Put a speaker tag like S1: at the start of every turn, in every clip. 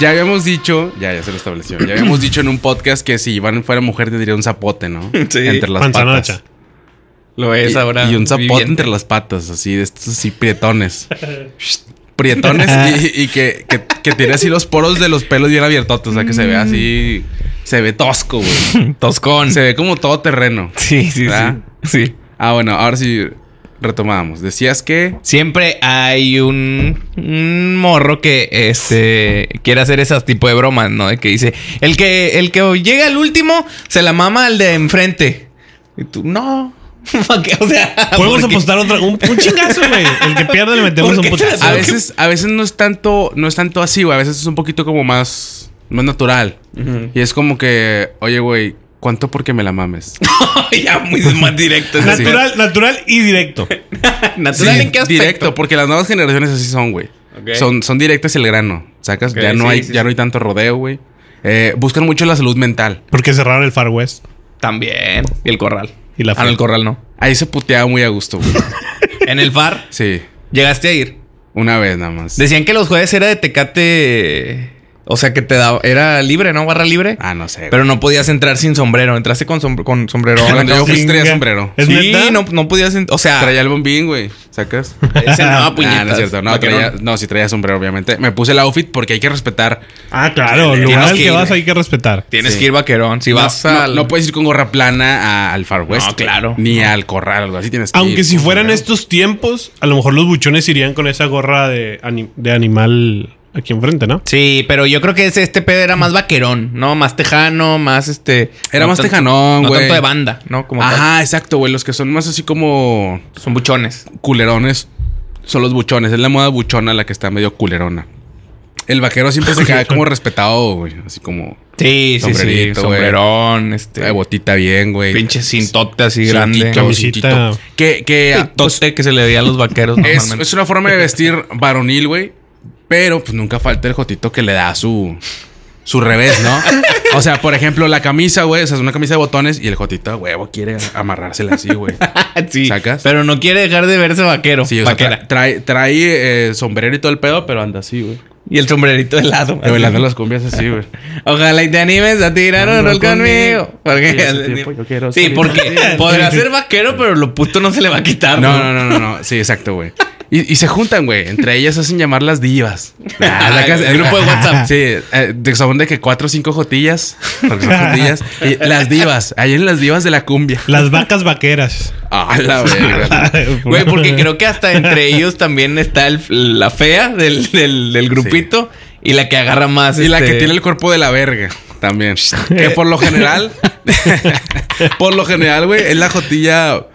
S1: Ya habíamos dicho, ya, ya se lo estableció. Ya habíamos dicho en un podcast que si Iván fuera mujer tendría un zapote, ¿no?
S2: Sí.
S1: Entre las
S3: Panzanocha.
S1: patas.
S2: Lo es
S1: Y-
S2: ahora.
S1: Y un zapote
S2: viviente.
S1: entre las patas, así, de estos así prietones. prietones y, y que, que, que tiene así los poros de los pelos bien abiertotes, o sea, que se ve así. Se ve tosco, güey.
S2: Toscón.
S1: Se ve como todo terreno.
S2: Sí, sí,
S1: ¿Verdad?
S2: sí. Sí.
S1: Ah, bueno, ahora sí retomábamos. Decías que.
S2: Siempre hay un, un morro que este quiere hacer esas tipo de bromas, ¿no? De que dice, el que, el que llega al último se la mama al de enfrente. Y tú, no. ¿Para qué? O sea,
S3: Podemos
S2: Ah, ¿por qué?
S3: apostar otra, un, un chingazo, güey. El que pierde le metemos
S2: ¿Por
S3: un
S2: qué te la
S3: putazo.
S1: A veces, a veces no es tanto, no es tanto así, güey. A veces es un poquito como más, más natural. Y es como que, oye, güey, ¿cuánto porque me la mames?
S2: ya muy más directo. es decir,
S3: Natural, natural y directo.
S2: Natural
S1: Sí,
S2: en qué aspecto.
S1: Directo, porque las nuevas generaciones así son, güey.
S2: Ok.
S1: Son, son directas y el grano. Sacas,
S2: Ok,
S1: ya no
S2: sí,
S1: hay,
S2: sí,
S1: ya
S2: sí.
S1: no hay tanto rodeo, güey. Eh, buscan mucho la salud mental.
S3: Porque cerraron el Far West.
S2: También. Y el corral.
S3: Y la
S2: ah, no, el
S3: frente.
S2: corral no.
S1: Ahí se puteaba muy a gusto, güey.
S2: En el far,
S1: Sí.
S2: llegaste a ir.
S1: Una vez nada más.
S2: Decían que los jueves era de tecate. O sea que te daba. Era libre, ¿no? Barra libre.
S1: Ah, no sé.
S2: Pero no podías entrar sin sombrero. Entraste con, sombr- con sombrero.
S1: Cuando yo fui
S3: Chinga.
S1: traía sombrero.
S3: ¿Es
S2: sí,
S3: neta?
S2: no, no podías. ent- O sea,
S1: Traía el bombín, güey. ¿Sacas?
S2: ese no,
S1: Ah,
S2: puñetas.
S1: no es cierto. No,
S2: Vaquerón.
S1: traía, no, sí traía sombrero, obviamente. Me puse el outfit porque hay que respetar.
S3: Ah, claro. El
S2: Tienes
S3: lugar al
S2: que
S3: que
S2: ir,
S3: vas
S2: güey.
S3: hay que respetar.
S2: Tienes
S1: Sí.
S2: que ir vaquerón. Si
S1: No,
S2: vas
S1: no,
S2: al.
S1: no puedes ir con gorra plana a- al Far West.
S2: No,
S1: güey.
S2: claro.
S1: Ni al corral, algo así tienes que
S3: Aunque
S1: ir
S3: si
S1: con
S3: fueran
S1: sombrero.
S3: estos tiempos, a lo mejor los buchones irían con esa gorra de, ani- de animal aquí enfrente, ¿no?
S2: Sí, pero yo creo que ese, este pedo era más vaquerón, ¿no? Más tejano, más este.
S1: Era
S2: no
S1: más
S2: tanto-
S1: tejanón,
S2: No
S1: güey.
S2: tanto de banda, ¿no? Como tal.
S1: Ajá, exacto, güey. Los que son más así como
S2: Son buchones.
S1: culerones son los buchones. Es la moda buchona la que está medio culerona. El vaquero siempre se queda como respetado, güey. Así como
S2: Sí, sí, sí.
S1: Sombrerito, güey.
S2: Sombrerón, este.
S1: eh, botita bien, güey.
S2: Pinche cintote así grande.
S1: Cintito,
S3: Camisita.
S1: cintito. Que, que ah, pues,
S2: Tote que se le veía a los vaqueros
S1: es,
S2: normalmente.
S1: es una forma de vestir varonil, güey. Pero pues nunca falta el jotito que le da su su revés, ¿no? O sea, por ejemplo, la camisa, güey, o sea, es una camisa de botones y el jotito, a huevo, quiere amarrársela así, güey.
S2: sí,
S1: ¿Sacas?
S2: Pero no quiere dejar de verse vaquero.
S1: Sí, o sea,
S2: vaquera.
S1: tra- trae, trae eh, sombrero y todo el pedo, pero anda así, güey.
S2: Y el sombrerito de lado.
S1: Y bailando las cumbias así, güey.
S2: Ojalá y te animes a tirar un
S1: No,
S2: rol
S1: conmigo.
S2: conmigo. Porque-
S1: Sí, hace tiempo yo quiero
S2: sí,
S1: salir
S2: porque podrá ser vaquero, pero lo puto no se le va a quitar.
S1: No, no, no, no, no. Sí, exacto, güey. Y, y se juntan, güey. Entre ellas hacen llamar las divas.
S2: Ah,
S1: sacas-
S2: el grupo de WhatsApp.
S1: Sí, eh, de- son de que cuatro o cinco jotillas. Porque son jotillas. Y las divas. Ahí en las divas de la cumbia.
S3: Las vacas vaqueras.
S1: Ah, la verga.
S2: Güey, porque creo que hasta entre ellos también está el- la fea del, del- del grupito y la que agarra más.
S1: Y la
S2: este,
S1: que tiene el cuerpo de la verga también. Que por lo general, por lo general, güey, es la jotilla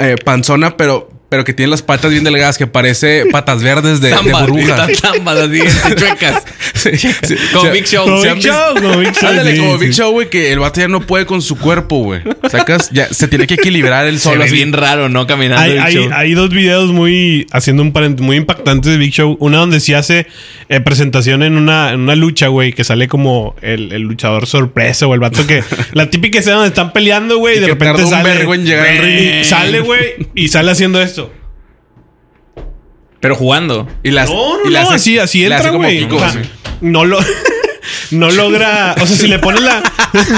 S1: eh, panzona, pero, pero que tiene las patas bien delgadas, que parece patas verdes de, de
S2: zambas,
S1: burbuja.
S2: estas zambas así, este, chuecas.
S1: Sí, sí.
S2: Como
S1: O sea,
S2: Big Show. ¿se
S3: Como Big
S2: han visto?
S3: Show, como Big Show,
S1: Ándale,
S3: sí,
S1: como Big
S3: sí.
S1: Show, güey, que el vato ya no puede con su cuerpo, güey. Sacas, ya se tiene que equilibrar el
S2: Se
S1: solo
S2: ve
S1: así.
S2: bien raro, ¿no? Caminando.
S3: Hay,
S2: el
S3: hay-
S2: show.
S3: hay dos videos muy haciendo un parent- muy impactantes de Big Show. Una donde sí hace eh, presentación en una, en una lucha, güey, que sale como el, el luchador sorpresa o el vato que. la típica escena donde están peleando, güey, y,
S1: Y
S3: de
S1: que
S3: repente
S1: tarda un
S3: sale.
S1: vergo en llegar al ring.
S3: Y sale, güey, y sale haciendo esto.
S2: Pero jugando.
S1: Y las,
S3: No, no,
S1: y las
S3: no,
S1: hace-
S3: así, así
S1: y la hace
S3: entra,
S1: como
S3: güey.
S1: Kiko,
S3: O sea,
S1: así.
S3: no lo. No logra, o sea, si le pones la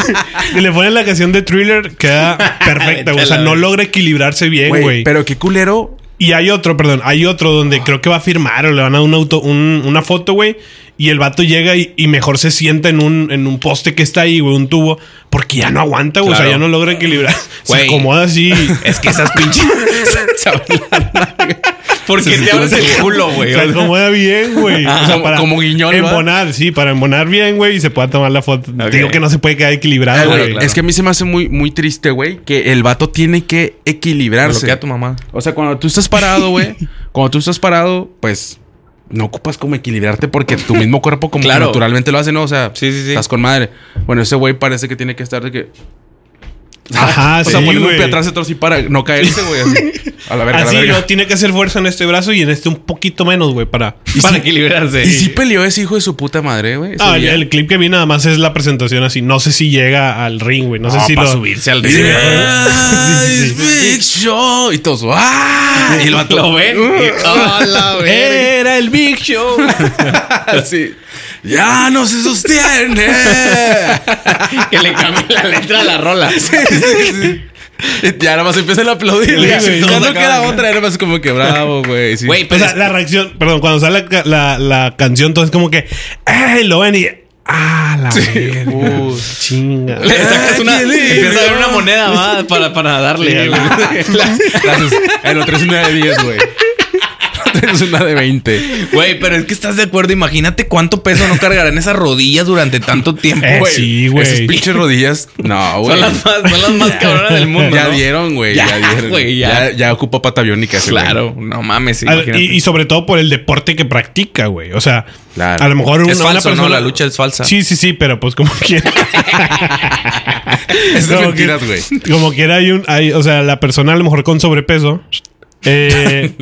S3: si le pones la canción de Thriller queda perfecta, güey. o sea, no logra equilibrarse bien,
S1: Güey,
S3: güey.
S1: Pero qué culero.
S3: Y hay otro, perdón, hay otro donde creo que va a firmar o le van a dar un auto, un- una foto, güey. Y el vato llega y, y mejor se sienta en un, en un poste que está ahí, güey, un tubo, porque ya no aguanta, güey. O
S2: Claro.
S3: sea, ya no logra equilibrar.
S2: Güey.
S3: Se acomoda así.
S2: Es que esas pinches. Porque te abres el culo, güey.
S3: Se acomoda bien, güey. O sea,
S1: Como- como guiñol, ¿verdad?
S3: Embonar, sí, para embonar bien, güey, y se pueda tomar la foto.
S2: Ok.
S3: Digo que no se puede quedar equilibrado,
S1: Güey,
S3: Ah, güey.
S2: claro.
S1: Es que a mí se me hace muy, muy triste, güey, que el vato tiene que equilibrarse.
S2: Bloquea a tu mamá.
S1: O sea, cuando tú estás parado, güey, cuando tú estás parado, pues no ocupas como equilibrarte porque tu mismo cuerpo como que
S2: Claro.
S1: naturalmente lo hace, ¿no? O sea,
S2: Sí, sí, sí.
S1: estás con madre. Bueno, ese güey parece que tiene que estar de que...
S3: Ajá,
S1: o
S3: sí,
S1: sea, poniendo un
S3: güey.
S1: pie atrás de otro así para no caerse, güey. Así. A la verga, a la
S3: Así,
S1: verga.
S3: no, tiene que hacer fuerza en este brazo y en este un poquito menos, güey, para...
S2: Para equilibrarse.
S1: Y sí peleó ese hijo de su puta madre, güey. ese
S3: Ah, el,
S1: día.
S3: el clip que vi nada más es la presentación así. No sé si llega al ring, güey. No, sé si
S2: Ah, para
S3: lo.
S2: subirse al
S3: Sí,
S2: ring.
S3: sí, sí.
S1: Big Show. Y todos, ¡ah! Y el vato,
S2: Lo ven. Y- ¡Oh, la verga!
S3: Era el Big Show.
S1: así, ¡ya no se sostiene!
S2: que le cambie la letra a la rola.
S1: Y ya nada más empiezan a aplaudir.
S3: Sí,
S1: ya
S3: güey,
S1: no
S3: todos
S1: queda
S2: acá, güey.
S1: otra, era más como que bravo, güey. sí.
S2: Güey,
S3: O
S2: pero
S3: sea, la reacción, perdón, cuando sale la, la, la canción, entonces como que, ¡ay! Lo ven y. ¡Ah, la verga! chinga.
S2: Le sacas una.
S1: Ay, qué
S2: Empieza a dar una
S1: lindo.
S2: moneda más para, para darle.
S3: Sí,
S2: güey.
S1: Gracias. El otro es una de 10, güey. El otro es una de 20.
S2: Güey, pero es que estás de acuerdo. Imagínate cuánto peso no cargarán esas rodillas durante tanto tiempo,
S3: Eh,
S2: güey.
S3: sí,
S1: Esas
S3: güey.
S1: pinches rodillas. No, güey.
S2: Son las más, son las más cabronas del mundo.
S1: Ya
S2: ¿no?
S1: dieron, güey.
S2: Ya,
S1: Ya, dieron.
S2: güey, ya.
S1: ya. ya ocupó pata biónica ese güey.
S2: Claro, no mames.
S3: A-
S2: imagínate.
S3: y, y sobre todo por el deporte que practica, güey. O sea,
S1: Claro.
S3: a lo mejor
S2: es falso, ¿no? La lucha es falsa.
S3: Sí, sí, sí, pero pues como quiera.
S1: Esas
S3: Como
S1: mentiras,
S3: que-
S1: güey.
S3: Como quiera hay un... Hay, o sea, la persona a lo mejor con sobrepeso... eh,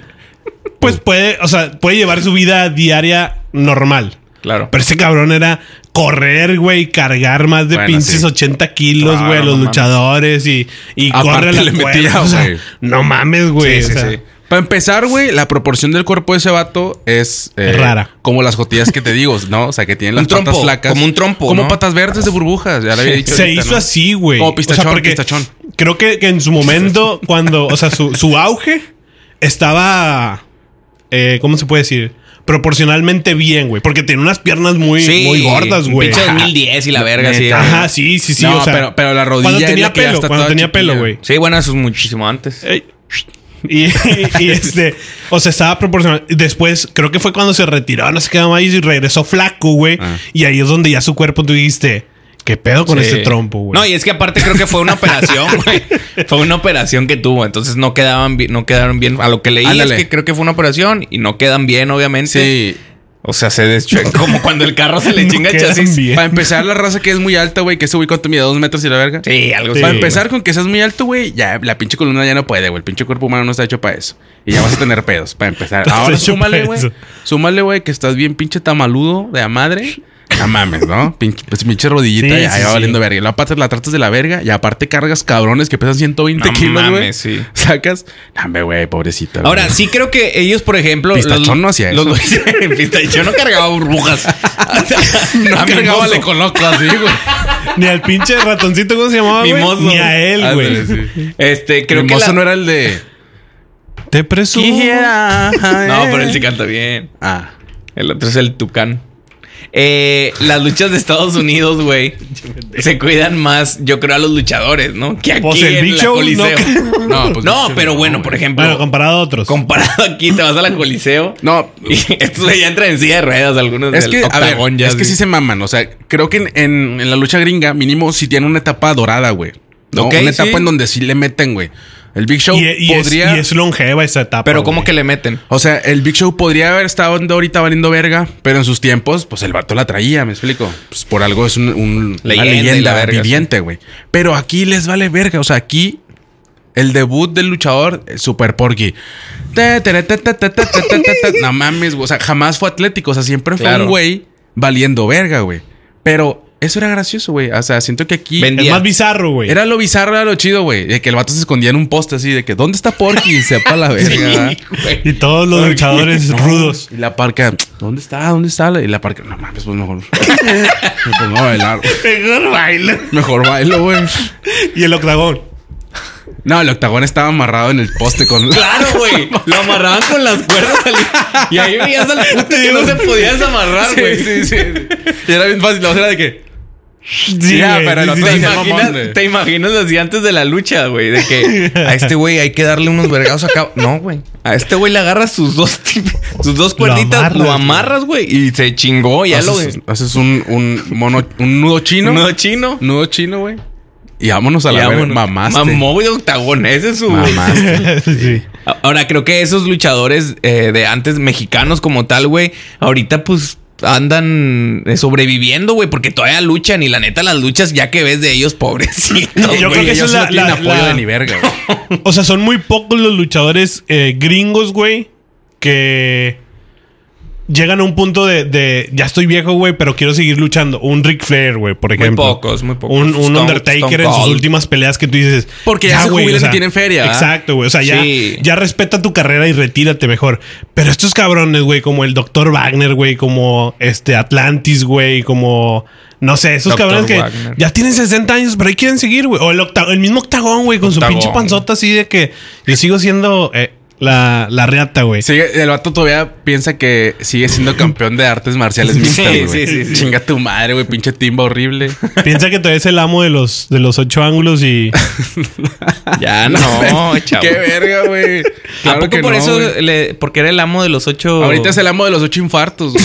S3: pues puede... O sea, puede llevar su vida diaria normal.
S2: Claro.
S3: Pero ese cabrón era correr, güey, cargar más de
S1: Bueno,
S3: pinches
S1: sí.
S3: 80 kilos,
S2: Claro,
S3: güey, los
S2: no mames.
S3: luchadores y, y
S1: Aparte
S3: corre la
S1: le metía,
S3: cuerda, o sea,
S1: güey.
S3: no mames, güey.
S2: Sí, sí,
S3: o sea,
S2: sí.
S1: Para empezar, güey, la proporción del cuerpo de ese vato es eh,
S3: Rara.
S1: Como las jotillas que te digo, ¿no? O sea, que tienen
S2: Un
S1: las
S2: trompo,
S1: patas flacas.
S2: como un trompo,
S1: Como
S2: ¿no?
S1: patas verdes de burbujas. Ya lo había dicho.
S3: Se
S1: ahorita,
S3: hizo
S1: ¿no?
S3: así, güey.
S1: Como
S3: O sea,
S1: pistachón,
S3: porque
S1: pistachón.
S3: Creo que, que en su momento, cuando, o sea, su, su auge estaba, eh, ¿cómo se puede decir? Proporcionalmente bien, güey. Porque tiene unas piernas muy, muy gordas, güey.
S2: Pinche 2010 y la verga, sí.
S3: Ajá, sí, sí, sí.
S1: No,
S3: o sea,
S1: pero- pero la rodilla
S3: Cuando
S1: es
S3: tenía
S1: la que ya
S3: pelo,
S1: está
S3: cuando
S1: toda
S3: tenía
S1: chiquilla.
S3: pelo, güey.
S2: Sí, bueno, eso es muchísimo antes.
S3: Ey. Y, y este, o sea, estaba proporcional. Después, creo que fue cuando se retiró, no sé qué más, y regresó flaco, güey.
S1: Ah.
S3: Y ahí es donde ya su cuerpo tú dijiste, ¿qué pedo con
S2: Sí.
S3: este trompo, güey?
S2: No, y es que aparte creo que fue una operación, güey. Fue una operación que tuvo, entonces no quedaban bien, no quedaron bien. A lo que leí
S1: Ándale.
S2: es que creo que fue una operación y no quedan bien, obviamente.
S1: Sí.
S2: O sea, se deschue como cuando el carro se le
S3: No
S2: chinga el
S3: quedan
S2: chasis.
S3: bien.
S1: Para empezar, la raza que es muy alta, güey, que ese güey cuánto mide, dos metros y la verga.
S2: Sí, algo
S3: Sí.
S2: así.
S1: Para empezar con que seas muy alto, güey, ya la pinche columna ya no puede, güey. El pinche cuerpo humano no está hecho para eso. Y ya vas a tener pedos, para empezar.
S3: No está
S1: Ahora
S3: hecho
S1: súmale,
S3: pa'
S1: güey.
S3: eso.
S1: Súmale, güey, que estás bien pinche tamaludo de la madre. No mames, ¿no? Pinche, pues, pinche rodillita
S3: Sí,
S1: ya,
S3: sí,
S1: ya
S3: sí.
S1: valiendo verga. Y luego aparte la tratas de la verga y aparte cargas cabrones que pesan 120
S2: No
S1: kilos, güey.
S2: mames, sí.
S1: Sacas. Dame, güey, pobrecita.
S2: Ahora,
S1: güey.
S2: sí creo que ellos, por ejemplo...
S1: Pistachón no hacía eso.
S2: güeyes- Pistachón no cargaba burbujas.
S1: No
S2: A mi
S1: cargaba
S2: mozo.
S1: le coloco así, güey.
S3: Ni al pinche ratoncito, ¿cómo se llamaba? güey?
S2: Mimoso.
S3: Ni a él,
S1: Ándale,
S3: güey.
S1: sí.
S2: Este, creo
S1: Mi
S2: que
S1: mozo
S2: la-
S1: no era el de.
S3: Te presumo.
S2: No, pero él sí canta bien.
S1: Ah.
S2: El otro es el Tucán. Eh, las luchas de Estados Unidos, güey, se cuidan más, yo creo, a los luchadores, ¿no? Que aquí
S3: Pues el
S2: en
S3: Big
S2: la
S3: Show
S2: Coliseo.
S3: no-
S1: No, pues,
S2: No,
S1: pinche
S2: pero
S1: no,
S2: bueno,
S1: güey.
S2: por ejemplo,
S3: Bueno, comparado a otros.
S2: comparado aquí, te vas a la Coliseo
S1: No,
S2: y estos güey ya entran en silla de ruedas, algunos
S1: Es
S2: del
S1: que, a ver,
S2: octagón ya,
S1: es que
S2: sí.
S1: sí se maman. O sea, creo que en, en- en la lucha gringa, mínimo, sí tienen una etapa dorada, güey. ¿no?
S2: Ok,
S1: una etapa
S2: sí.
S1: en donde sí le meten, güey. El Big Show
S3: y, y es,
S1: podría.
S3: y es longeva esa etapa.
S1: Oh,
S2: Pero como
S3: güey.
S2: que le meten.
S1: O sea, el Big Show podría haber estado ahorita valiendo verga, pero en sus tiempos, pues el vato la traía, me explico. Pues por algo es un, un-
S2: Leyenda
S1: una
S2: y la
S1: leyenda
S2: verga,
S1: viviente, güey. Pero aquí les vale verga. O sea, aquí el debut del luchador, eh, Super Porky. Te, tere, te, te, te, te, te, te, te, te. No mames, güey. O sea, jamás fue atlético. O sea, siempre fue
S2: Claro.
S1: un güey valiendo verga, güey. Pero eso era gracioso, güey. O sea, siento que aquí.
S2: Vendía.
S3: Es más bizarro, güey.
S1: Era lo bizarro, era lo chido, güey. De que el vato se escondía en un poste así, de que ¿dónde está Porky? Sepa la verga.
S2: güey.
S3: Y todos los luchadores rudos.
S1: Y la parca, ¿dónde está? ¿Dónde está? Y la parca, no mames, pues mejor. Me pongo a bailar.
S3: Mejor baila.
S1: Mejor bailo, güey.
S3: Y el octagón.
S1: No, el octagón estaba amarrado en el poste con.
S2: Claro, güey. Lo amarraban con las cuerdas al- y ahí veías al puto que no se podía desamarrar,
S1: Sí,
S2: güey.
S1: sí, sí. Y era bien fácil, la era de que.
S3: Sí,
S1: Ya,
S3: güey,
S1: pero el
S3: sí,
S1: otro
S2: ¿Te
S3: sí,
S1: día-
S3: sí.
S1: mamón,
S2: imaginas,
S1: güey.
S2: te imaginas así antes de la lucha, güey, de que a este güey hay que darle unos vergados acá. No, güey. A este güey le agarras sus dos tip- sus dos cuerditas,
S3: amarras,
S2: lo
S3: güey.
S2: amarras, güey, y se chingó, ya lo
S1: Haces, haces un, un mono, un nudo chino.
S2: no chino.
S1: Nudo chino, güey. Y vámonos a la verga.
S2: Vámonos.
S1: Mamaste.
S2: Mamó güey, de octagón, ese es su
S1: Mamaste.
S3: Sí.
S2: Ahora creo que esos luchadores eh, de antes mexicanos como tal, güey, ahorita pues andan eh, sobreviviendo, güey, porque todavía luchan y la neta las luchas ya que ves de ellos pobrecitos.
S3: Yo creo
S1: Güey,
S3: que eso
S1: ellos
S3: es
S1: no
S3: la-
S1: tienen
S3: la-
S1: apoyo
S3: la-
S1: de ni verga, güey.
S3: O sea, son muy pocos los luchadores eh, gringos, güey, que llegan a un punto de, de, ya estoy viejo, güey, pero quiero seguir luchando. Un Ric Flair, güey, por ejemplo.
S2: pocos, muy pocos.
S3: Un, un
S2: Stone-
S3: Undertaker
S2: Stone
S3: en sus
S2: Cold.
S3: últimas peleas que tú dices.
S1: Porque ya se
S3: güey,
S1: jubilan y tienen feria, ¿ah? ¿verdad?
S3: Exacto, güey. O sea, ya,
S2: Sí.
S3: ya respeta tu carrera y retírate mejor. Pero estos cabrones, güey, como el Dr. Wagner, güey, como este Atlantis, güey, como. No sé, esos
S2: Dr.
S3: cabrones que
S2: Wagner.
S3: ya tienen 60 años, pero ahí quieren seguir, güey. O el, octa- el mismo octagón, güey, con
S2: Octagón.
S3: su pinche panzota así de que yo sigo siendo eh, la, la reata, güey.
S1: Sigue- el vato todavía piensa que sigue siendo campeón de artes marciales
S2: Sí,
S1: mixtas,
S2: sí,
S1: güey.
S2: sí, sí.
S1: Chinga tu madre, güey, pinche timba horrible.
S3: Piensa que todavía es el amo de los, de los ocho ángulos y.
S2: Ya no, chavo.
S1: Qué verga, güey.
S2: ¿A
S1: Claro
S2: poco
S1: que
S2: por
S1: no,
S2: eso?
S1: güey.
S2: le- porque era el amo de los ocho.
S1: Ahorita es el amo de los ocho infartos, güey.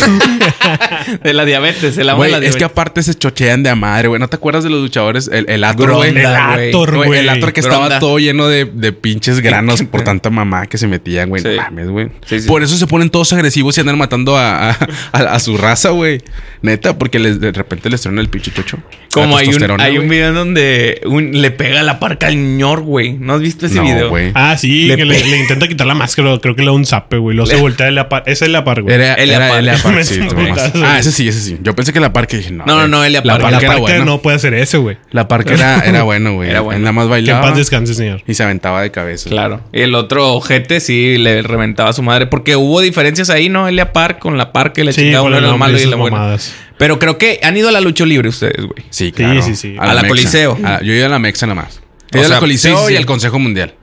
S2: de la diabetes. El amo
S1: Güey,
S2: de la
S1: es
S2: diabetes.
S1: que aparte se chochean de a madre, güey. ¿No te acuerdas de los luchadores? El, el atro, güey.
S2: Gronda,
S3: El
S2: güey.
S3: Ator,
S1: Güey,
S3: güey.
S1: El atro que
S2: Gronda.
S1: estaba todo lleno de, de pinches granos por tanta mamá que se metían, güey. No
S2: Sí.
S1: mames, güey.
S2: Sí, sí.
S1: Por eso se ponen todos agresivos y andan matando a, a- a- a su raza, güey. Neta, porque les- de repente les traen el pinche chocho.
S2: Como
S1: La
S2: hay un,
S1: testosterona,
S2: hay un
S1: güey.
S2: video en donde un- le pega la parca al ñor, güey. ¿No has visto ese
S1: No,
S2: video?
S1: güey.
S3: Ah, sí,
S2: Le
S3: que le,
S2: pe-
S3: le intenta quitar la máscara. Creo que le da un zape, güey. Lo se voltea el apar. Es el apar, güey.
S1: Era,
S2: El
S1: era
S2: Apar.
S1: el Apar,
S3: Me
S1: sí,
S3: hizo
S1: tú mamás.
S3: putazo,
S1: Ah,
S3: güey.
S1: ese sí, ese sí. Yo pensé que la parque dije, no.
S2: No,
S1: güey.
S2: no, el Apar.
S1: La
S3: la
S1: parque era
S3: parca
S1: bueno.
S3: no puede hacer eso, güey.
S1: La parque era, era bueno, güey.
S2: Era bueno.
S1: Él nada más
S3: Que en
S1: bailaba.
S3: paz descanse, señor.
S1: Y se aventaba de cabeza.
S2: Claro. Este, Y el otro ojete sí le reventaba a su madre. Porque hubo diferencias ahí, ¿no? Elia Park con la Park, la
S3: Sí,
S2: chingada,
S3: con
S2: uno
S3: el
S2: era el
S3: nombre
S2: malo
S3: y
S2: y el
S3: sus
S2: bueno.
S3: mamadas.
S2: Pero creo que han ido a la lucha libre ustedes, güey.
S1: Sí, claro.
S3: sí, sí.
S2: A la
S1: Mexa.
S2: Coliseo.
S1: A- yo he ido a la Mexa nada más.
S2: O
S1: He ido a
S2: sea,
S1: la Coliseo
S2: sí, sí.
S1: y al Consejo Mundial.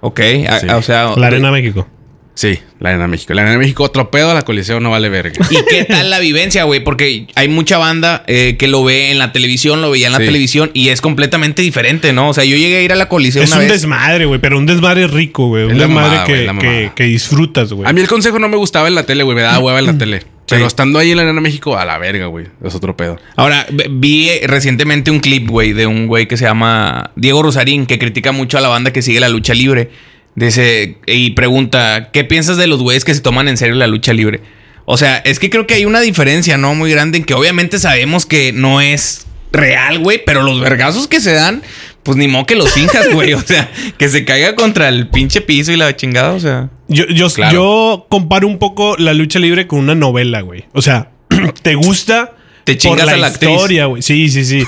S2: Ok. a-
S1: Sí.
S2: a- o sea.
S3: La Arena México.
S1: Sí, la Arena México. La Arena México, otro pedo, la Coliseo no vale verga.
S2: ¿Y qué tal la vivencia, güey? Porque hay mucha banda eh, que lo ve en la televisión, lo veía en la
S1: Sí.
S2: televisión y es completamente diferente, ¿no? O sea, yo llegué a ir a la coliseo
S3: Es
S2: una
S3: un
S2: vez.
S3: desmadre, güey. Pero un desmadre rico, güey. Un
S1: la
S3: desmadre
S1: mamada,
S3: que,
S1: güey, la
S3: que-
S1: mamada.
S3: que disfrutas, güey.
S1: A mí el Consejo no me gustaba en la tele, güey. Me daba hueva en la tele. Pero estando ahí en la Arena México, a la verga, güey. Es otro pedo.
S2: Ahora, ve- vi eh, recientemente un clip, güey, de un güey que se llama Diego Rosarín, que critica mucho a la banda que sigue la lucha libre. Dice, y pregunta, ¿qué piensas de los güeyes que se toman en serio la lucha libre? O sea, es que creo que hay una diferencia, ¿no? Muy grande en que obviamente sabemos que no es real, güey, pero los vergazos que se dan, pues ni modo que los finjas, güey. O sea, que se caiga contra el pinche piso y la chingada, o sea.
S3: Yo, yo,
S1: Claro.
S3: yo comparo un poco la lucha libre con una novela, güey. O sea, te gusta.
S2: Te chingas
S3: por la,
S2: a la actriz.
S3: historia, güey. Sí, sí, sí.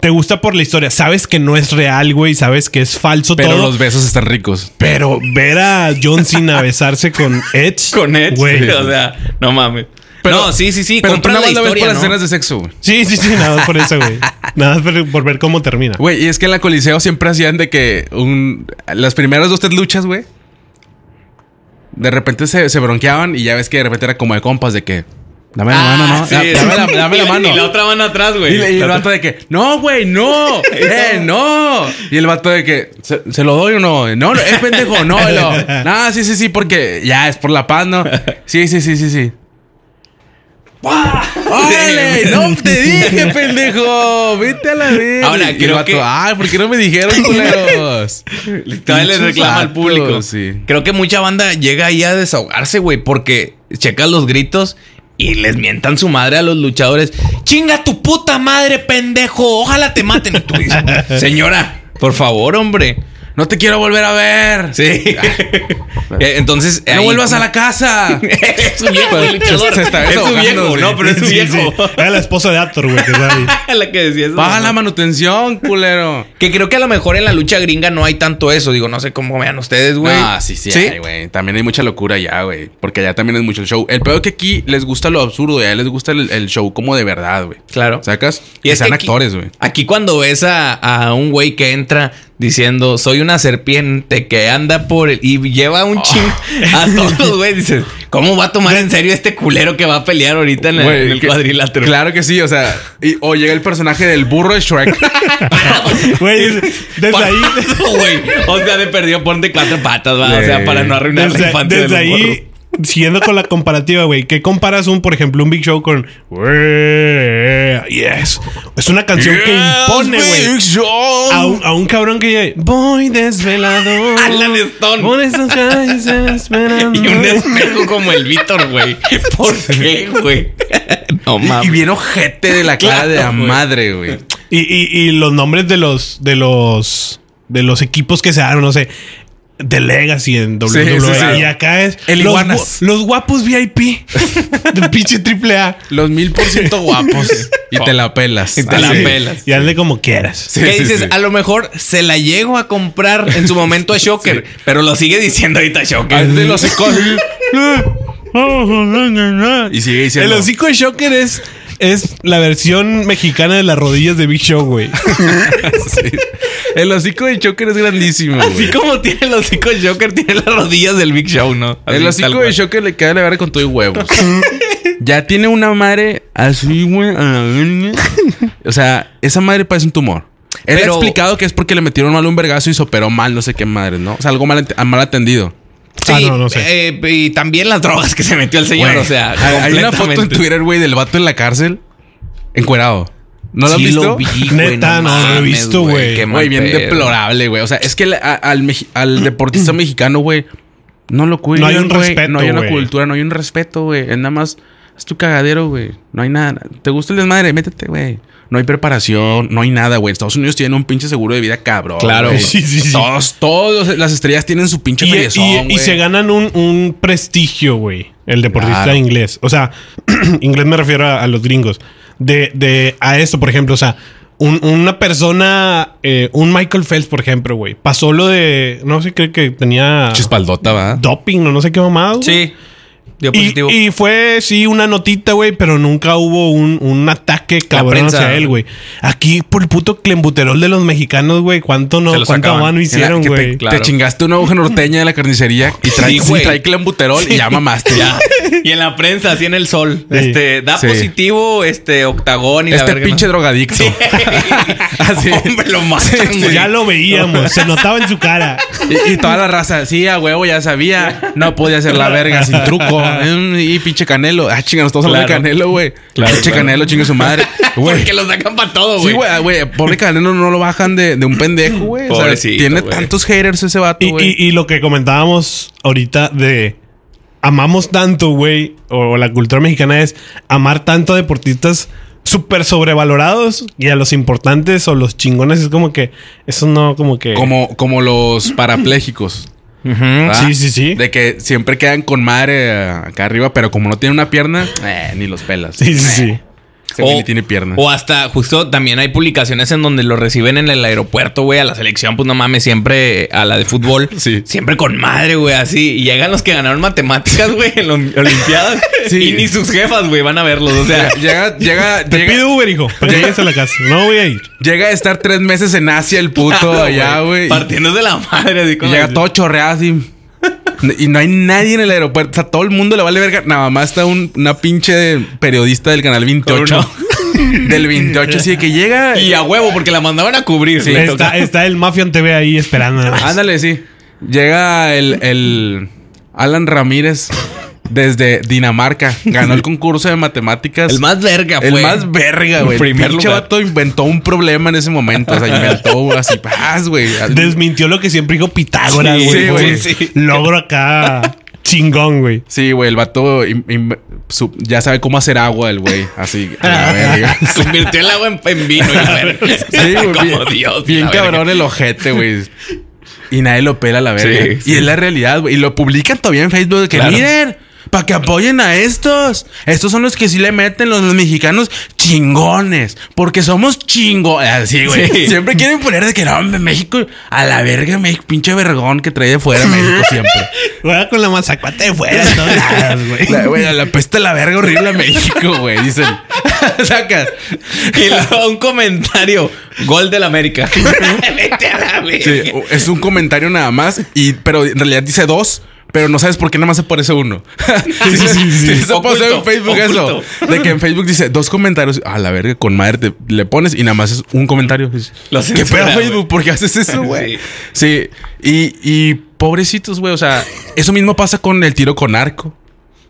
S3: te gusta por la historia. Sabes que no es real, güey. Sabes que es falso
S1: Pero
S3: todo.
S1: los besos están ricos.
S3: Pero ver a John Cena besarse con Edge.
S2: Con Edge,
S3: Güey.
S2: o sea, no mames.
S1: Pero-
S2: no, sí, sí, sí,
S1: Pero tú
S2: compras
S1: nada
S2: la
S1: más la ves
S2: historia,
S1: por las
S2: ¿no?
S1: escenas de sexo, güey.
S3: Sí, sí, sí, nada más por eso, güey. Nada más por, por ver cómo termina.
S1: Güey, y es que en la Coliseo siempre hacían de que un, las primeras dos, tres luchas, güey, de repente se, se bronqueaban y ya ves que de repente era como de compas de que, dame la
S2: Ah,
S1: mano, ¿no?
S2: sí,
S1: Da-
S2: sí.
S1: dame, la, dame la
S2: Y-
S1: mano.
S2: Y la otra mano atrás,
S1: Y,
S2: güey.
S1: le- y el vato de que, no, güey, no, eh, no. Y el vato de que, ¿se, se lo doy o no? No, no, es pendejo, no. y lo, no, sí, sí, sí, porque ya es por la paz, ¿no? Sí, sí, sí, sí, sí. ¡Órale! ¡No te dije, pendejo! ¡Vete a la vez!
S2: Ahora,
S1: y el
S2: creo
S1: vato,
S2: que-
S1: ¡Ay, por qué no me dijeron, culeros!
S2: Todavía les reclama al
S1: Pinches
S2: público.
S1: vatos, sí.
S2: Creo que mucha banda llega ahí a desahogarse, güey, porque checa los gritos y les mientan su madre a los luchadores. ¡Chinga tu puta madre, pendejo! ¡Ojalá te maten! Y tú dices, señora, por favor, hombre.
S1: ¡No te quiero volver a ver!
S2: Sí. Eh, Entonces.
S1: ¡No vuelvas a la casa! Pues,
S2: Es su viejo, el luchador.
S1: Se está
S2: es su
S1: desahogando,
S2: viejo,
S1: sí.
S2: no, pero es su
S3: Sí,
S2: viejo.
S3: sí. Era la esposa de Actor, güey, que está ahí.
S2: la que decía eso.
S1: ¡Baja la manutención, culero!
S2: Que creo que a lo mejor en la lucha gringa no hay tanto eso. Digo, no sé cómo vean ustedes, güey.
S1: Ah, sí, sí, hay, güey. También hay mucha locura allá, güey. Porque allá también es mucho el show. El peor es que aquí les gusta lo absurdo, ya les gusta el, el show como de verdad, güey.
S2: Claro.
S1: ¿Sacas?
S2: Y
S1: Y
S2: es que
S1: sean
S2: aquí-
S1: actores, güey.
S2: Aquí cuando ves a, a un güey que entra diciendo, soy una serpiente que anda por el... Y lleva un ching a todos los güeyes. Dices, ¿cómo va a tomar en serio este culero que va a pelear ahorita en, el-
S1: Güey,
S2: en el
S1: que-
S2: cuadrilátero?
S1: Claro que sí, o sea, y- o llega el personaje del burro de Shrek.
S3: Güey, desde ahí.
S2: Güey, o sea, de perdido ponte cuatro patas, va. O sea,
S1: Güey.
S2: para no arruinar la
S3: Desde,
S2: infancia
S3: desde
S2: de los morros.
S3: ahí, siguiendo con la comparativa, güey, ¿qué comparas un, por ejemplo, un Big Show con. "Wey, Yes. Es una canción que impone, güey. A un, a un cabrón que llegue, voy desvelado.
S2: Alan Stone.
S3: Por esas calles esperando".
S2: Y un espejo como el Víctor, güey. ¿Por qué, güey? No
S1: Y
S2: mames.
S1: bien ojete de la cara
S2: Claro,
S1: de la
S2: güey.
S1: madre, güey.
S3: Y, y- y los nombres de los. de los. de los equipos que se dan, no sé. de Legacy en WWE.
S1: sí, sí.
S3: Y acá es.
S1: El
S3: los,
S1: Iguanas.
S3: gu- los guapos VIP de pinche AAA.
S1: Los mil por ciento guapos. y te la pelas.
S2: Y te la
S1: Así.
S2: pelas. pelas.
S3: Y hazle como quieras.
S1: Sí,
S2: que
S1: sí,
S2: dices,
S1: sí.
S2: a lo mejor se la llego a comprar en su momento a Shocker, pero lo sigue diciendo ahorita Shocker.
S1: Hazle los hocicos. y sigue
S3: El
S1: diciendo.
S3: hocico de Shocker es, es la versión mexicana de las rodillas de Big Show, güey.
S1: Sí. El hocico de Shocker es grandísimo.
S2: Así
S1: güey.
S2: como tiene el hocico de Shocker, tiene las rodillas del Big Show, ¿no? Así,
S1: El
S2: tal
S1: hocico
S2: cual.
S1: de Shocker le cae la verga con todo y huevos. ya tiene una madre así, güey. a la verga. O sea, esa madre parece un tumor. Él
S2: Pero-
S1: ha explicado que es porque le metieron mal un vergazo y se operó mal, no sé qué madre, ¿no? O sea, algo mal, ent- mal atendido.
S2: Sí,
S3: Ah, no, no sé.
S2: eh, y también las drogas que se metió el señor,
S1: Güey,
S2: o sea,
S1: hay- hay una foto en
S2: completamente.
S1: Twitter, güey, del vato en la cárcel, encuerado. ¿No lo
S2: Sí
S1: has visto?
S2: vi, güey,
S3: Neta, no, no lo he
S2: mames,
S3: visto, güey.
S2: qué mal
S1: Güey, bien
S2: pedo.
S1: deplorable, güey. O sea, es que la- a- al, meji- al deportista mexicano, güey, no lo cuidan.
S3: No hay un
S1: güey.
S3: respeto,
S1: No hay una
S3: güey.
S1: cultura, no hay un respeto, güey. Es nada más, es tu cagadero, güey. No hay nada. ¿Te gusta el desmadre? Métete, güey. No hay preparación, no hay nada, güey. Estados Unidos tiene un pinche seguro de vida cabrón.
S2: Claro,
S1: güey.
S2: güey.
S3: Sí, sí, sí.
S1: Todos, todos las estrellas tienen su pinche
S3: Y,
S1: feriezón,
S3: y- y
S1: güey.
S3: se ganan un, un prestigio, güey. El deportista
S1: Claro.
S3: inglés. O sea, inglés me refiero a, a los gringos. De, de- a esto, por ejemplo. O sea, un- una persona, eh, un Michael Phelps, por ejemplo, güey. Pasó lo de. No sé, creo que tenía
S1: Pinche espaldota, va.
S3: doping o no sé qué mamado. güey.
S2: Sí, dio
S3: Y,
S2: positivo.
S3: y fue, sí, una notita, güey, pero nunca hubo un, un ataque cabrón
S2: prensa.
S3: hacia él, güey. Aquí, por el puto clembuterol de los mexicanos, güey, ¿cuánto no,
S2: Se los
S3: cuánta
S2: sacaban.
S3: mano
S1: En la
S3: hicieron,
S1: que
S3: güey?
S1: Te,
S2: Claro.
S1: te chingaste una aguja norteña de la carnicería y trae,
S2: Sí, güey.
S1: trae clenbuterol y ya mamaste.
S2: Ya. Y en la prensa, así en el sol.
S3: Sí.
S2: Este, da
S1: Sí.
S2: positivo, este, octagón y la
S1: Este
S2: verga,
S1: pinche Ah,
S2: ¿no?
S1: drogadicto. Así.
S2: Hombre, lo matan, güey.
S3: Pues Ya lo veíamos, se notaba en su cara.
S1: Y, y toda la raza, sí, a huevo, ya sabía. No podía hacer la verga sin truco. Mm, Y pinche canelo. Ah, chinga, nos estamos hablando
S2: Claro.
S1: de canelo, güey.
S2: Claro,
S1: pinche
S2: claro.
S1: canelo, chinga su madre. Güey.
S2: Porque lo sacan para todo,
S1: Sí,
S2: güey.
S1: güey, ah, güey. Pobre canelo no lo bajan de, de un pendejo, güey. O sea,
S2: Pobrecito,
S1: tiene
S2: güey.
S1: tantos haters ese vato,
S3: Y, y-
S1: güey.
S3: y lo que comentábamos ahorita de amamos tanto, güey, o, o la cultura mexicana es amar tanto a deportistas súper sobrevalorados y a los importantes o los chingones es como que eso no, como que...
S1: Como, como los parapléjicos. ¿verdad?
S3: Sí, sí, sí.
S1: De que siempre quedan con madre eh, acá arriba, pero como no tiene una pierna, eh, ni los pelas.
S3: Sí, sí, sí.
S1: Ese güey ni tiene pierna.
S2: O hasta, justo también hay publicaciones en donde lo reciben en el aeropuerto, güey, a la selección, pues no mames, siempre a la de fútbol.
S1: Sí.
S2: Siempre con madre, güey, así. Y llegan los que ganaron matemáticas, güey, en las Olimpiadas.
S1: Sí.
S2: Y ni sus jefas, güey, van a verlos. O sea,
S1: Llega, llega,
S3: Te
S1: llega-
S3: pido Uber, hijo, para que llegues a la casa. No voy a ir.
S1: Llega a estar tres meses en Asia el puto allá, Ah, güey. Y
S2: Partiendo de la madre, así como.
S1: Llega todo chorreado así. Y no hay nadie en el aeropuerto. O sea, todo el mundo le vale verga. Nada más está un- una pinche periodista del canal 28. del 28, así de que llega.
S2: Y a huevo, porque la mandaban a cubrir. Sí,
S3: está, está el Mafian TV ahí esperando. nada más.
S1: Ándale, sí. Llega el, el Alan Ramírez desde Dinamarca. Ganó el concurso de matemáticas.
S2: El más verga fue.
S1: El más verga, güey.
S2: Primer
S1: Pinche
S2: lugar.
S1: vato inventó un problema en ese momento. O sea, inventó así, paz, güey.
S3: Desmintió lo que siempre dijo Pitágoras,
S1: Sí,
S3: güey.
S1: sí,
S3: güey.
S2: sí, sí.
S3: Logro acá chingón, güey.
S1: Sí, güey, el vato im- im- su- ya sabe cómo hacer agua, el güey. Así, a la verga.
S2: Convirtió el agua en, en vino. y la verga.
S1: Sí, güey.
S2: Como
S1: bien,
S2: Dios.
S1: bien
S2: la verga.
S1: cabrón el ojete, güey. Y nadie lo pela a la verga.
S2: Sí, sí.
S1: Y es la realidad, güey. Y lo publican todavía en Facebook de que,
S2: Claro.
S1: miren, para que apoyen a estos. Estos son los que sí le meten los, los mexicanos chingones. Porque somos chingo. Así, güey.
S2: Sí.
S1: Siempre quieren poner de que, no, hombre, México, a la verga, México, pinche vergón que trae de fuera México siempre.
S3: Juega con la mazacuata de fuera en todos lados, güey.
S1: La, güey, a la peste la verga horrible a México, güey. Dicen. Sacas.
S2: Y luego un comentario. Gol del América. Vete a la verga.
S1: Sí, es un comentario nada más, y, pero en realidad dice dos. Pero no sabes por qué nada más aparece uno. Sí,
S3: sí, sí, sí.
S1: Eso pasó
S2: Oculto,
S1: en Facebook
S2: oculto.
S1: eso. De que en Facebook dice dos comentarios. A la verga, con madre te- le pones y nada más es un comentario. Dices,
S2: Lo
S1: ¿Qué pedo
S2: censura, güey.
S1: Facebook? ¿Por qué haces eso, güey?
S2: Sí.
S1: Sí. Y, y pobrecitos, güey. O sea, eso mismo pasa con el tiro con arco.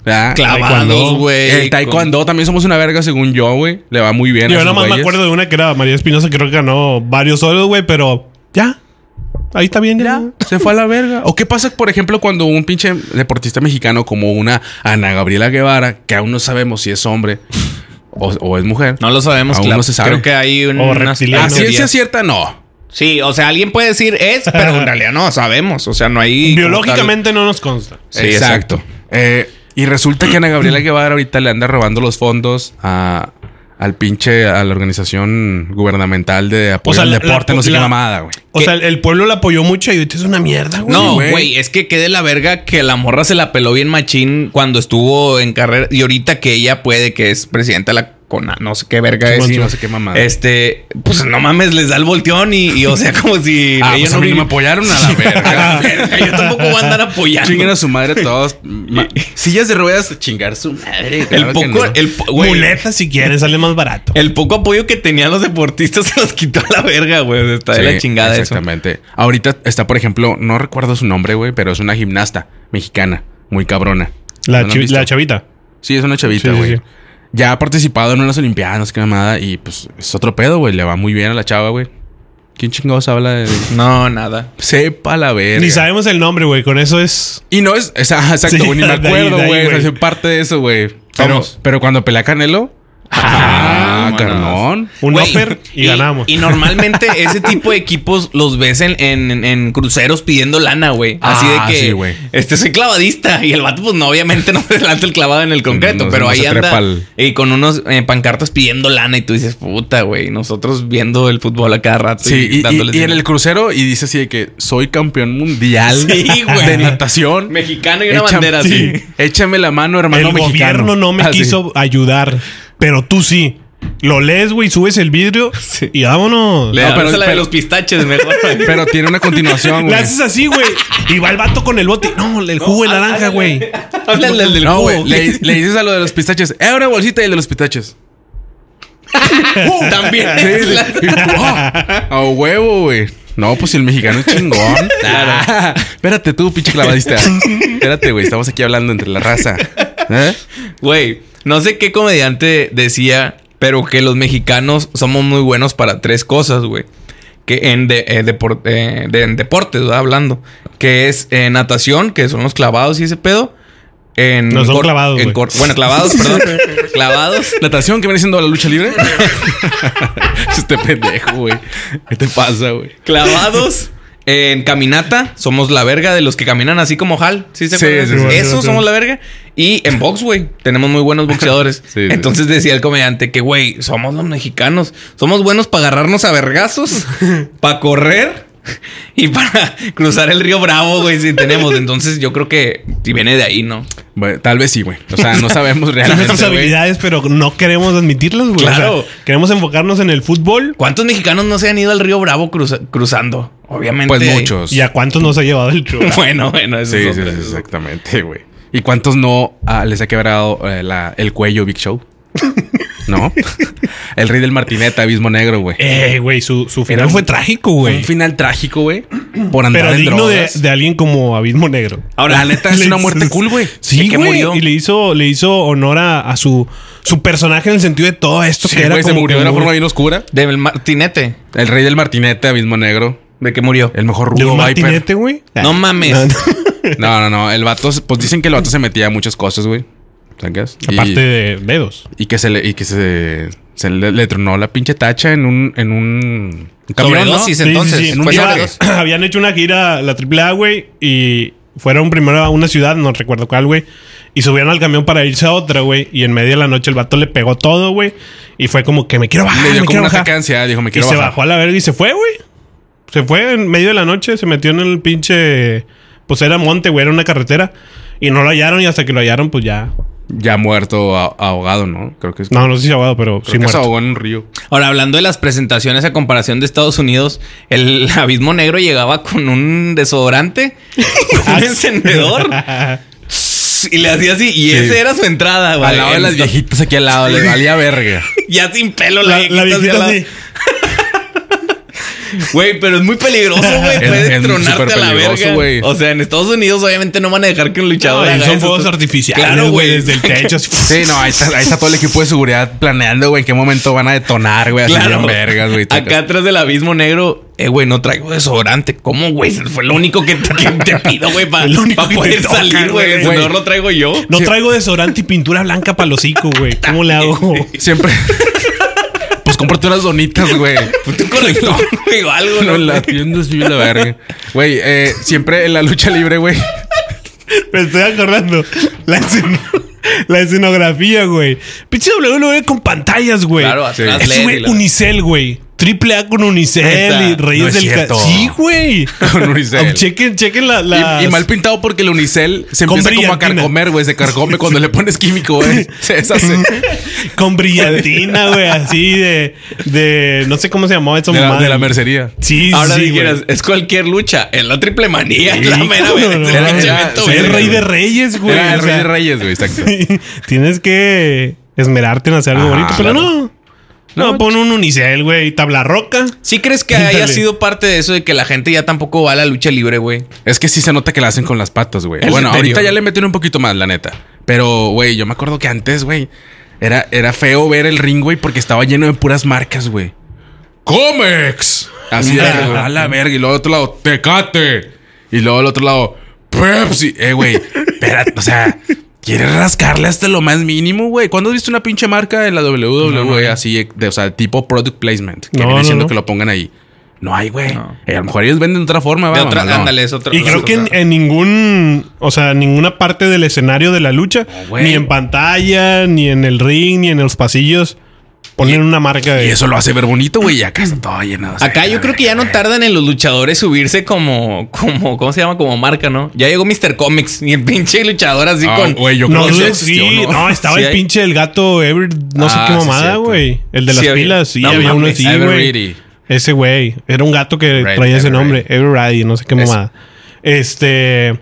S1: ¿verdad?
S2: Clavados,
S3: Taekwondo.
S2: güey.
S1: El taekwondo también somos una verga según yo, güey. Le va muy bien. a
S3: Yo
S1: esos
S3: nada más me
S1: güeyes.
S3: acuerdo de una que era María Espinosa, creo que ganó varios solos, güey, pero ya. Ahí está bien, ya.
S1: Se fue a la verga. ¿O qué pasa, por ejemplo, cuando un pinche deportista mexicano como una Ana Gabriela Guevara, que aún no sabemos si es hombre o, o es mujer?
S2: No lo sabemos.
S1: Aún
S2: claro.
S1: no se sabe.
S2: Creo que hay un.
S3: O
S2: unas-
S3: reptiliano.
S1: a
S2: unas
S1: ciencia
S2: teorías.
S1: cierta, no.
S2: Sí, o sea, alguien puede decir es, pero en realidad no sabemos. O sea, no hay. como
S3: Biológicamente no nos consta.
S2: tal- Sí, exacto.
S1: Eh, y resulta que Ana Gabriela Guevara ahorita le anda robando los fondos a, al pinche, a la organización gubernamental de apoyo
S3: O sea,
S1: al
S3: la-
S1: deporte,
S3: la-
S1: no sé
S3: la-
S1: qué mamada, güey.
S3: O
S2: ¿Qué?
S3: sea, el, el pueblo la apoyó mucho y ahorita es una mierda, güey.
S2: No,
S1: güey.
S2: güey, es que quede la verga que la morra se la peló bien machín cuando estuvo en carrera y ahorita que ella puede que es presidenta de la CONA, no sé qué verga es.
S1: Sí,
S2: y
S1: no sé qué mamada.
S2: Este, pues no mames, les da el volteón y, y, o sea, como si
S1: Ah,
S2: ellos
S1: pues a mí no me
S2: vinieran-
S1: apoyaron a la verga.
S2: Verga, Yo tampoco voy a andar apoyando.
S1: Chinguen a su madre todos. Ma- Sillas de ruedas, chingar su madre.
S2: el
S1: claro que
S2: poco,
S1: no.
S2: el, po- güey,
S3: Muletas si quieren, sale más barato.
S2: el poco apoyo que tenían los deportistas se los quitó a la verga, güey. Está de la
S1: Sí,
S2: chingada eso.
S1: Exactamente. Ahorita está, por ejemplo, no recuerdo su nombre, güey, pero es una gimnasta mexicana, muy cabrona.
S3: La,
S1: ¿No han
S3: chi-
S1: visto?
S3: la chavita.
S1: Sí, es una chavita,
S3: Sí, sí,
S1: güey.
S3: sí.
S1: Ya ha participado en unas olimpiadas, no sé qué mamada, y pues es otro pedo, güey. Le va muy bien a la chava, güey. ¿Quién chingados habla de.?
S2: No, nada.
S1: Sepa la verga.
S3: Ni sabemos el nombre, güey. Con eso es.
S1: Y no es. es- ah, exacto,
S3: Sí,
S1: güey, ni me
S3: de ahí,
S1: acuerdo,
S3: de ahí,
S1: güey.
S3: güey.
S1: O sea, soy parte de eso, güey. Pero,
S2: Somos.
S1: pero cuando pelea Canelo. Ah,
S2: vámonos.
S1: carnón.
S3: Un
S2: Güey,
S3: upper y, ganamos.
S2: Y normalmente ese tipo de equipos los ves en, en- en- en cruceros pidiendo lana, güey. Así
S1: Ah,
S2: de que
S1: sí, güey.
S2: este soy clavadista. Y el vato, pues no, obviamente no se lanza el clavado en el concreto,
S1: No,
S2: pero
S1: no
S2: ahí
S1: se
S2: anda.
S1: trepa al-
S2: Y con unos eh, pancartas pidiendo lana. Y tú dices, puta, güey. Nosotros viendo el fútbol a cada rato.
S1: Sí, y, y-
S2: dándoles
S1: y en
S2: dinero.
S1: el crucero y dice así de que soy campeón mundial
S2: Sí, güey.
S1: de natación.
S2: Mexicano y una
S1: Échame-
S2: bandera así.
S1: sí. Échame la mano, hermano
S3: el
S1: mexicano.
S3: gobierno no me
S1: Ah, sí.
S3: quiso ayudar, pero tú sí. Lo lees, güey, subes el vidrio
S2: Sí.
S3: y vámonos.
S2: Le
S1: No,
S2: damos
S1: pero-
S2: a la de
S1: pero-
S2: los pistaches mejor.
S1: Pero tiene una continuación,
S3: Le
S1: Ah, güey.
S3: haces así, güey. Y va el vato con el bote. No, el jugo de naranja, güey.
S2: Háblale al del
S1: No,
S2: jugo.
S1: güey. Le, le dices a lo de los pistaches. Eh, una bolsita y el de los pistaches.
S2: Uh, También. es la-
S1: Ah, A huevo, güey. No, pues si el mexicano es chingón. Claro. Espérate tú, pinche clavadista. Espérate, güey. Estamos aquí hablando entre la raza. ¿Eh?
S2: Güey, no sé qué comediante decía, pero que los mexicanos somos muy buenos para tres cosas, güey. Que en, de, eh, depor- eh, de- en deportes, ¿verdad? hablando. Que es eh, natación, que son los clavados y ese pedo. En
S3: No son
S2: cor-
S3: clavados,
S2: en
S3: güey.
S2: cor- Bueno, clavados, perdón. clavados.
S1: Natación que viene siendo la lucha libre. este pendejo, güey. ¿Qué te pasa, güey?
S2: Clavados. En caminata somos la verga de los que caminan así como Hal. ¿Sí se
S1: Sí,
S2: acuerdan?
S1: sí,
S3: sí.
S2: Esos
S3: Sí.
S2: somos la verga. Y en box, güey, tenemos muy buenos boxeadores.
S1: Sí, sí.
S2: Entonces decía el comediante que, güey, somos los mexicanos. Somos buenos para agarrarnos a vergazos, para correr y para cruzar el río Bravo, güey, si tenemos. Entonces yo creo que si viene de ahí, ¿no?
S1: Bueno, tal vez sí, güey. O sea, no sabemos
S3: Son
S1: realmente.
S3: nuestras
S1: güey.
S3: habilidades, pero no queremos admitirlas, güey. O sea,
S2: Claro.
S3: queremos enfocarnos en el fútbol
S2: ¿Cuántos mexicanos no se han ido al río Bravo cruza- cruzando? Obviamente.
S1: Pues muchos.
S3: y a cuántos nos ha llevado el show.
S2: Bueno, bueno, eso
S1: Sí,
S2: es
S1: sí,
S2: otra,
S1: sí,
S2: eso es otra.
S1: exactamente, güey. ¿Y cuántos no ah, les ha quebrado eh, la- el cuello Big Show? ¿No? El rey del martinete, Abismo Negro, güey.
S3: Eh, güey, su, su final
S1: Era un-
S3: fue trágico,
S1: Un
S3: güey.
S1: final trágico, güey. Por andar
S3: Pero
S1: en
S3: digno de,
S1: drogas.
S3: de alguien como Abismo Negro.
S1: Ahora, la neta, es
S3: Le-
S1: una muerte cool, güey.
S3: Sí,
S1: que
S3: güey.
S1: murió.
S3: Y le hizo, le hizo honor a, a su, su personaje en el sentido de todo esto
S1: Sí,
S3: que era
S1: güey, se
S3: como
S1: murió
S3: que
S1: de una
S3: muy-
S1: forma bien oscura.
S2: Del martinete.
S1: El rey del martinete, Abismo Negro.
S2: ¿De qué murió?
S1: El mejor
S3: de un
S1: rudo Viper.
S3: martinete, güey.
S2: No mames.
S1: Ah. No, no, no. El vato, pues dicen que el vato se metía a muchas cosas, güey. ¿Sabes? Y-
S3: Aparte de dedos.
S1: Y que se le, y que se, se le, le tronó la pinche tacha en un, en un un camión, ¿no?
S2: Sobredosis,
S3: Sí, sí,
S2: entonces.
S3: sí. En un
S1: pues,
S2: Fue
S3: día
S2: sobredosis.
S3: habían hecho una gira, la AAA, güey, y fueron primero a una ciudad, no recuerdo cuál, güey, y subieron al camión para irse a otra, güey, y en medio de la noche el vato le pegó todo, güey, y fue como que me quiero bajar,
S1: Le
S3: me
S1: dio como
S3: quiero
S1: una
S3: bajar.
S1: atacancia, dijo, me
S3: Y
S1: quiero
S3: se
S1: bajar.
S3: bajó a la verga y se fue, güey. Se fue en medio de la noche, se metió en el pinche... Pues era monte, güey, era una carretera. Y no lo hallaron y hasta que lo hallaron, pues ya...
S1: Ya muerto, a- ahogado, ¿no? Creo que es.
S3: No, no sé si ahogado, pero
S1: creo
S3: sí
S1: que se
S3: muerto.
S1: ahogó en un río.
S2: Ahora, hablando de las presentaciones a comparación de Estados Unidos, el abismo negro llegaba con un desodorante, un encendedor y le hacía así. Y
S1: Sí.
S2: esa era su entrada, güey.
S1: al lado de
S2: En
S1: las
S2: Estados-
S1: viejitas aquí al lado, les valía verga.
S2: Ya sin pelo, la,
S3: La,
S2: viejita
S3: la
S2: así al
S3: viejita
S2: lado.
S3: sí.
S2: Güey, pero es muy peligroso, güey.
S1: Es-
S2: Puedes
S1: es
S2: tronarte a
S1: súper
S2: la
S1: peligroso,
S2: verga.
S1: güey.
S2: O sea, en Estados Unidos, obviamente, no van a dejar que un luchador.
S3: Ay,
S2: haga
S3: son
S2: eso.
S3: fuegos artificiales,
S2: Claro,
S3: güey,
S2: güey.
S3: desde el techo. así.
S1: Sí, no, ahí está, ahí está todo el equipo de seguridad planeando, güey, en qué momento van a detonar, güey, así
S2: Claro.
S1: bien vergas, güey.
S2: Acá atrás del abismo negro, eh, güey, no traigo desodorante. ¿Cómo, güey? Fue lo único que te, que te pido, güey, para
S3: Lo único que
S2: poder
S3: te toca,
S2: salir, güey.
S3: güey.
S2: Si No lo traigo yo.
S3: No traigo desodorante y pintura blanca para los hocico, güey. ¿Cómo le hago?
S1: Siempre. Pues cómprate unas donitas, güey.
S2: Pues tú conectó, güey, o algo,
S1: No,
S2: ¿no?
S1: la tienda es la verga. Güey, eh, siempre en la lucha libre, güey.
S3: Me estoy acordando. La, escen- la escenografía, güey. Pinche WWE con pantallas, güey.
S2: Claro, atrás LED
S3: Es
S2: y
S3: güey,
S2: la-
S3: unicel, güey. Triple A con unicel
S2: Neta,
S3: y Reyes
S1: no es
S3: del Ca-
S1: cierto.
S3: Sí, güey.
S1: Con unicel.
S3: Ah, Chequen, chequen la. las-
S1: Y, y mal pintado porque el unicel se
S3: Con
S1: empieza como a
S3: brillantina.
S1: carcomer, güey. Se carcome cuando le pones químico, güey. Se deshace.
S3: Con brillantina, güey. Así de, de. No sé cómo se llamaba esa
S1: De la,
S3: mamada.
S1: de la mercería.
S3: Sí,
S2: Ahora
S3: sí.
S2: dijeras,
S3: güey.
S2: es cualquier lucha. Es la triple manía. es la mera
S3: Híjole,
S2: verga, es el
S3: no,
S2: pinche
S1: era-
S2: evento,
S1: sí,
S2: güey.
S3: el rey de reyes, güey.
S1: Era el
S3: o
S1: rey
S3: sea,
S1: de reyes, güey. Exacto.
S3: Tienes que esmerarte en hacer algo
S1: Ajá,
S3: bonito, pero
S1: claro.
S3: no. No, pon un unicel, güey. Tabla roca.
S2: ¿Sí crees que haya
S3: Píntale.
S2: sido parte de eso de que la gente ya tampoco va a la lucha libre, güey?
S1: Es que sí se nota que la hacen con las patas, güey.
S2: El
S1: Bueno, ahorita
S2: deterioro.
S1: ya le meten un poquito más, la neta. Pero, güey, yo me acuerdo que antes, güey, era, era feo ver el ring, güey, porque estaba lleno de puras marcas, güey. ¡Comex! Así de, a la verga. Y luego al otro lado, Tecate. Y luego al otro lado, Pepsi. Eh, güey, espérate, o sea, quieres rascarle hasta lo más mínimo, güey. ¿Cuándo has visto una pinche marca en la WWE así, de, o sea, tipo product placement? Que
S3: No,
S1: viene
S3: no,
S1: siendo
S3: no.
S1: que lo pongan ahí. No hay, güey.
S2: No.
S1: Eh, a lo mejor ellos venden de otra forma,
S2: De
S1: va,
S2: otra,
S1: mamá, no.
S2: ándale, es otra.
S3: Y creo
S2: otra-
S3: que en, en ningún, o sea, ninguna parte del escenario de la lucha,
S1: Oh, güey.
S3: ni en pantalla, ni en el ring, ni en los pasillos, ponen una marca de
S1: Y eso lo hace ver bonito, güey. Y acá está todo lleno. o sea,
S2: Acá yo creo que ya no tardan en los luchadores subirse como, como, ¿cómo se llama? Como marca, ¿no? Ya llegó Mr. Comics y el pinche luchador así
S1: Ah,
S2: con.
S1: güey, yo creo
S3: No,
S1: que sí
S3: dudes,
S1: existió,
S3: sí,
S1: ¿no?
S3: ¿no? estaba
S2: Sí
S3: el
S2: hay.
S3: pinche el gato Ever, no sé
S1: Ah,
S3: qué
S1: sí,
S3: mamada,
S1: cierto.
S3: güey. El de
S2: Sí,
S3: las
S2: había-
S3: pilas, sí,
S2: no
S3: había uno
S2: mames,
S3: así, güey.
S1: Everyday.
S3: Ese güey, era un gato que
S1: Ready,
S3: traía ese
S1: Ever
S3: nombre, Everready, no sé qué
S2: Ese.
S3: mamada. Este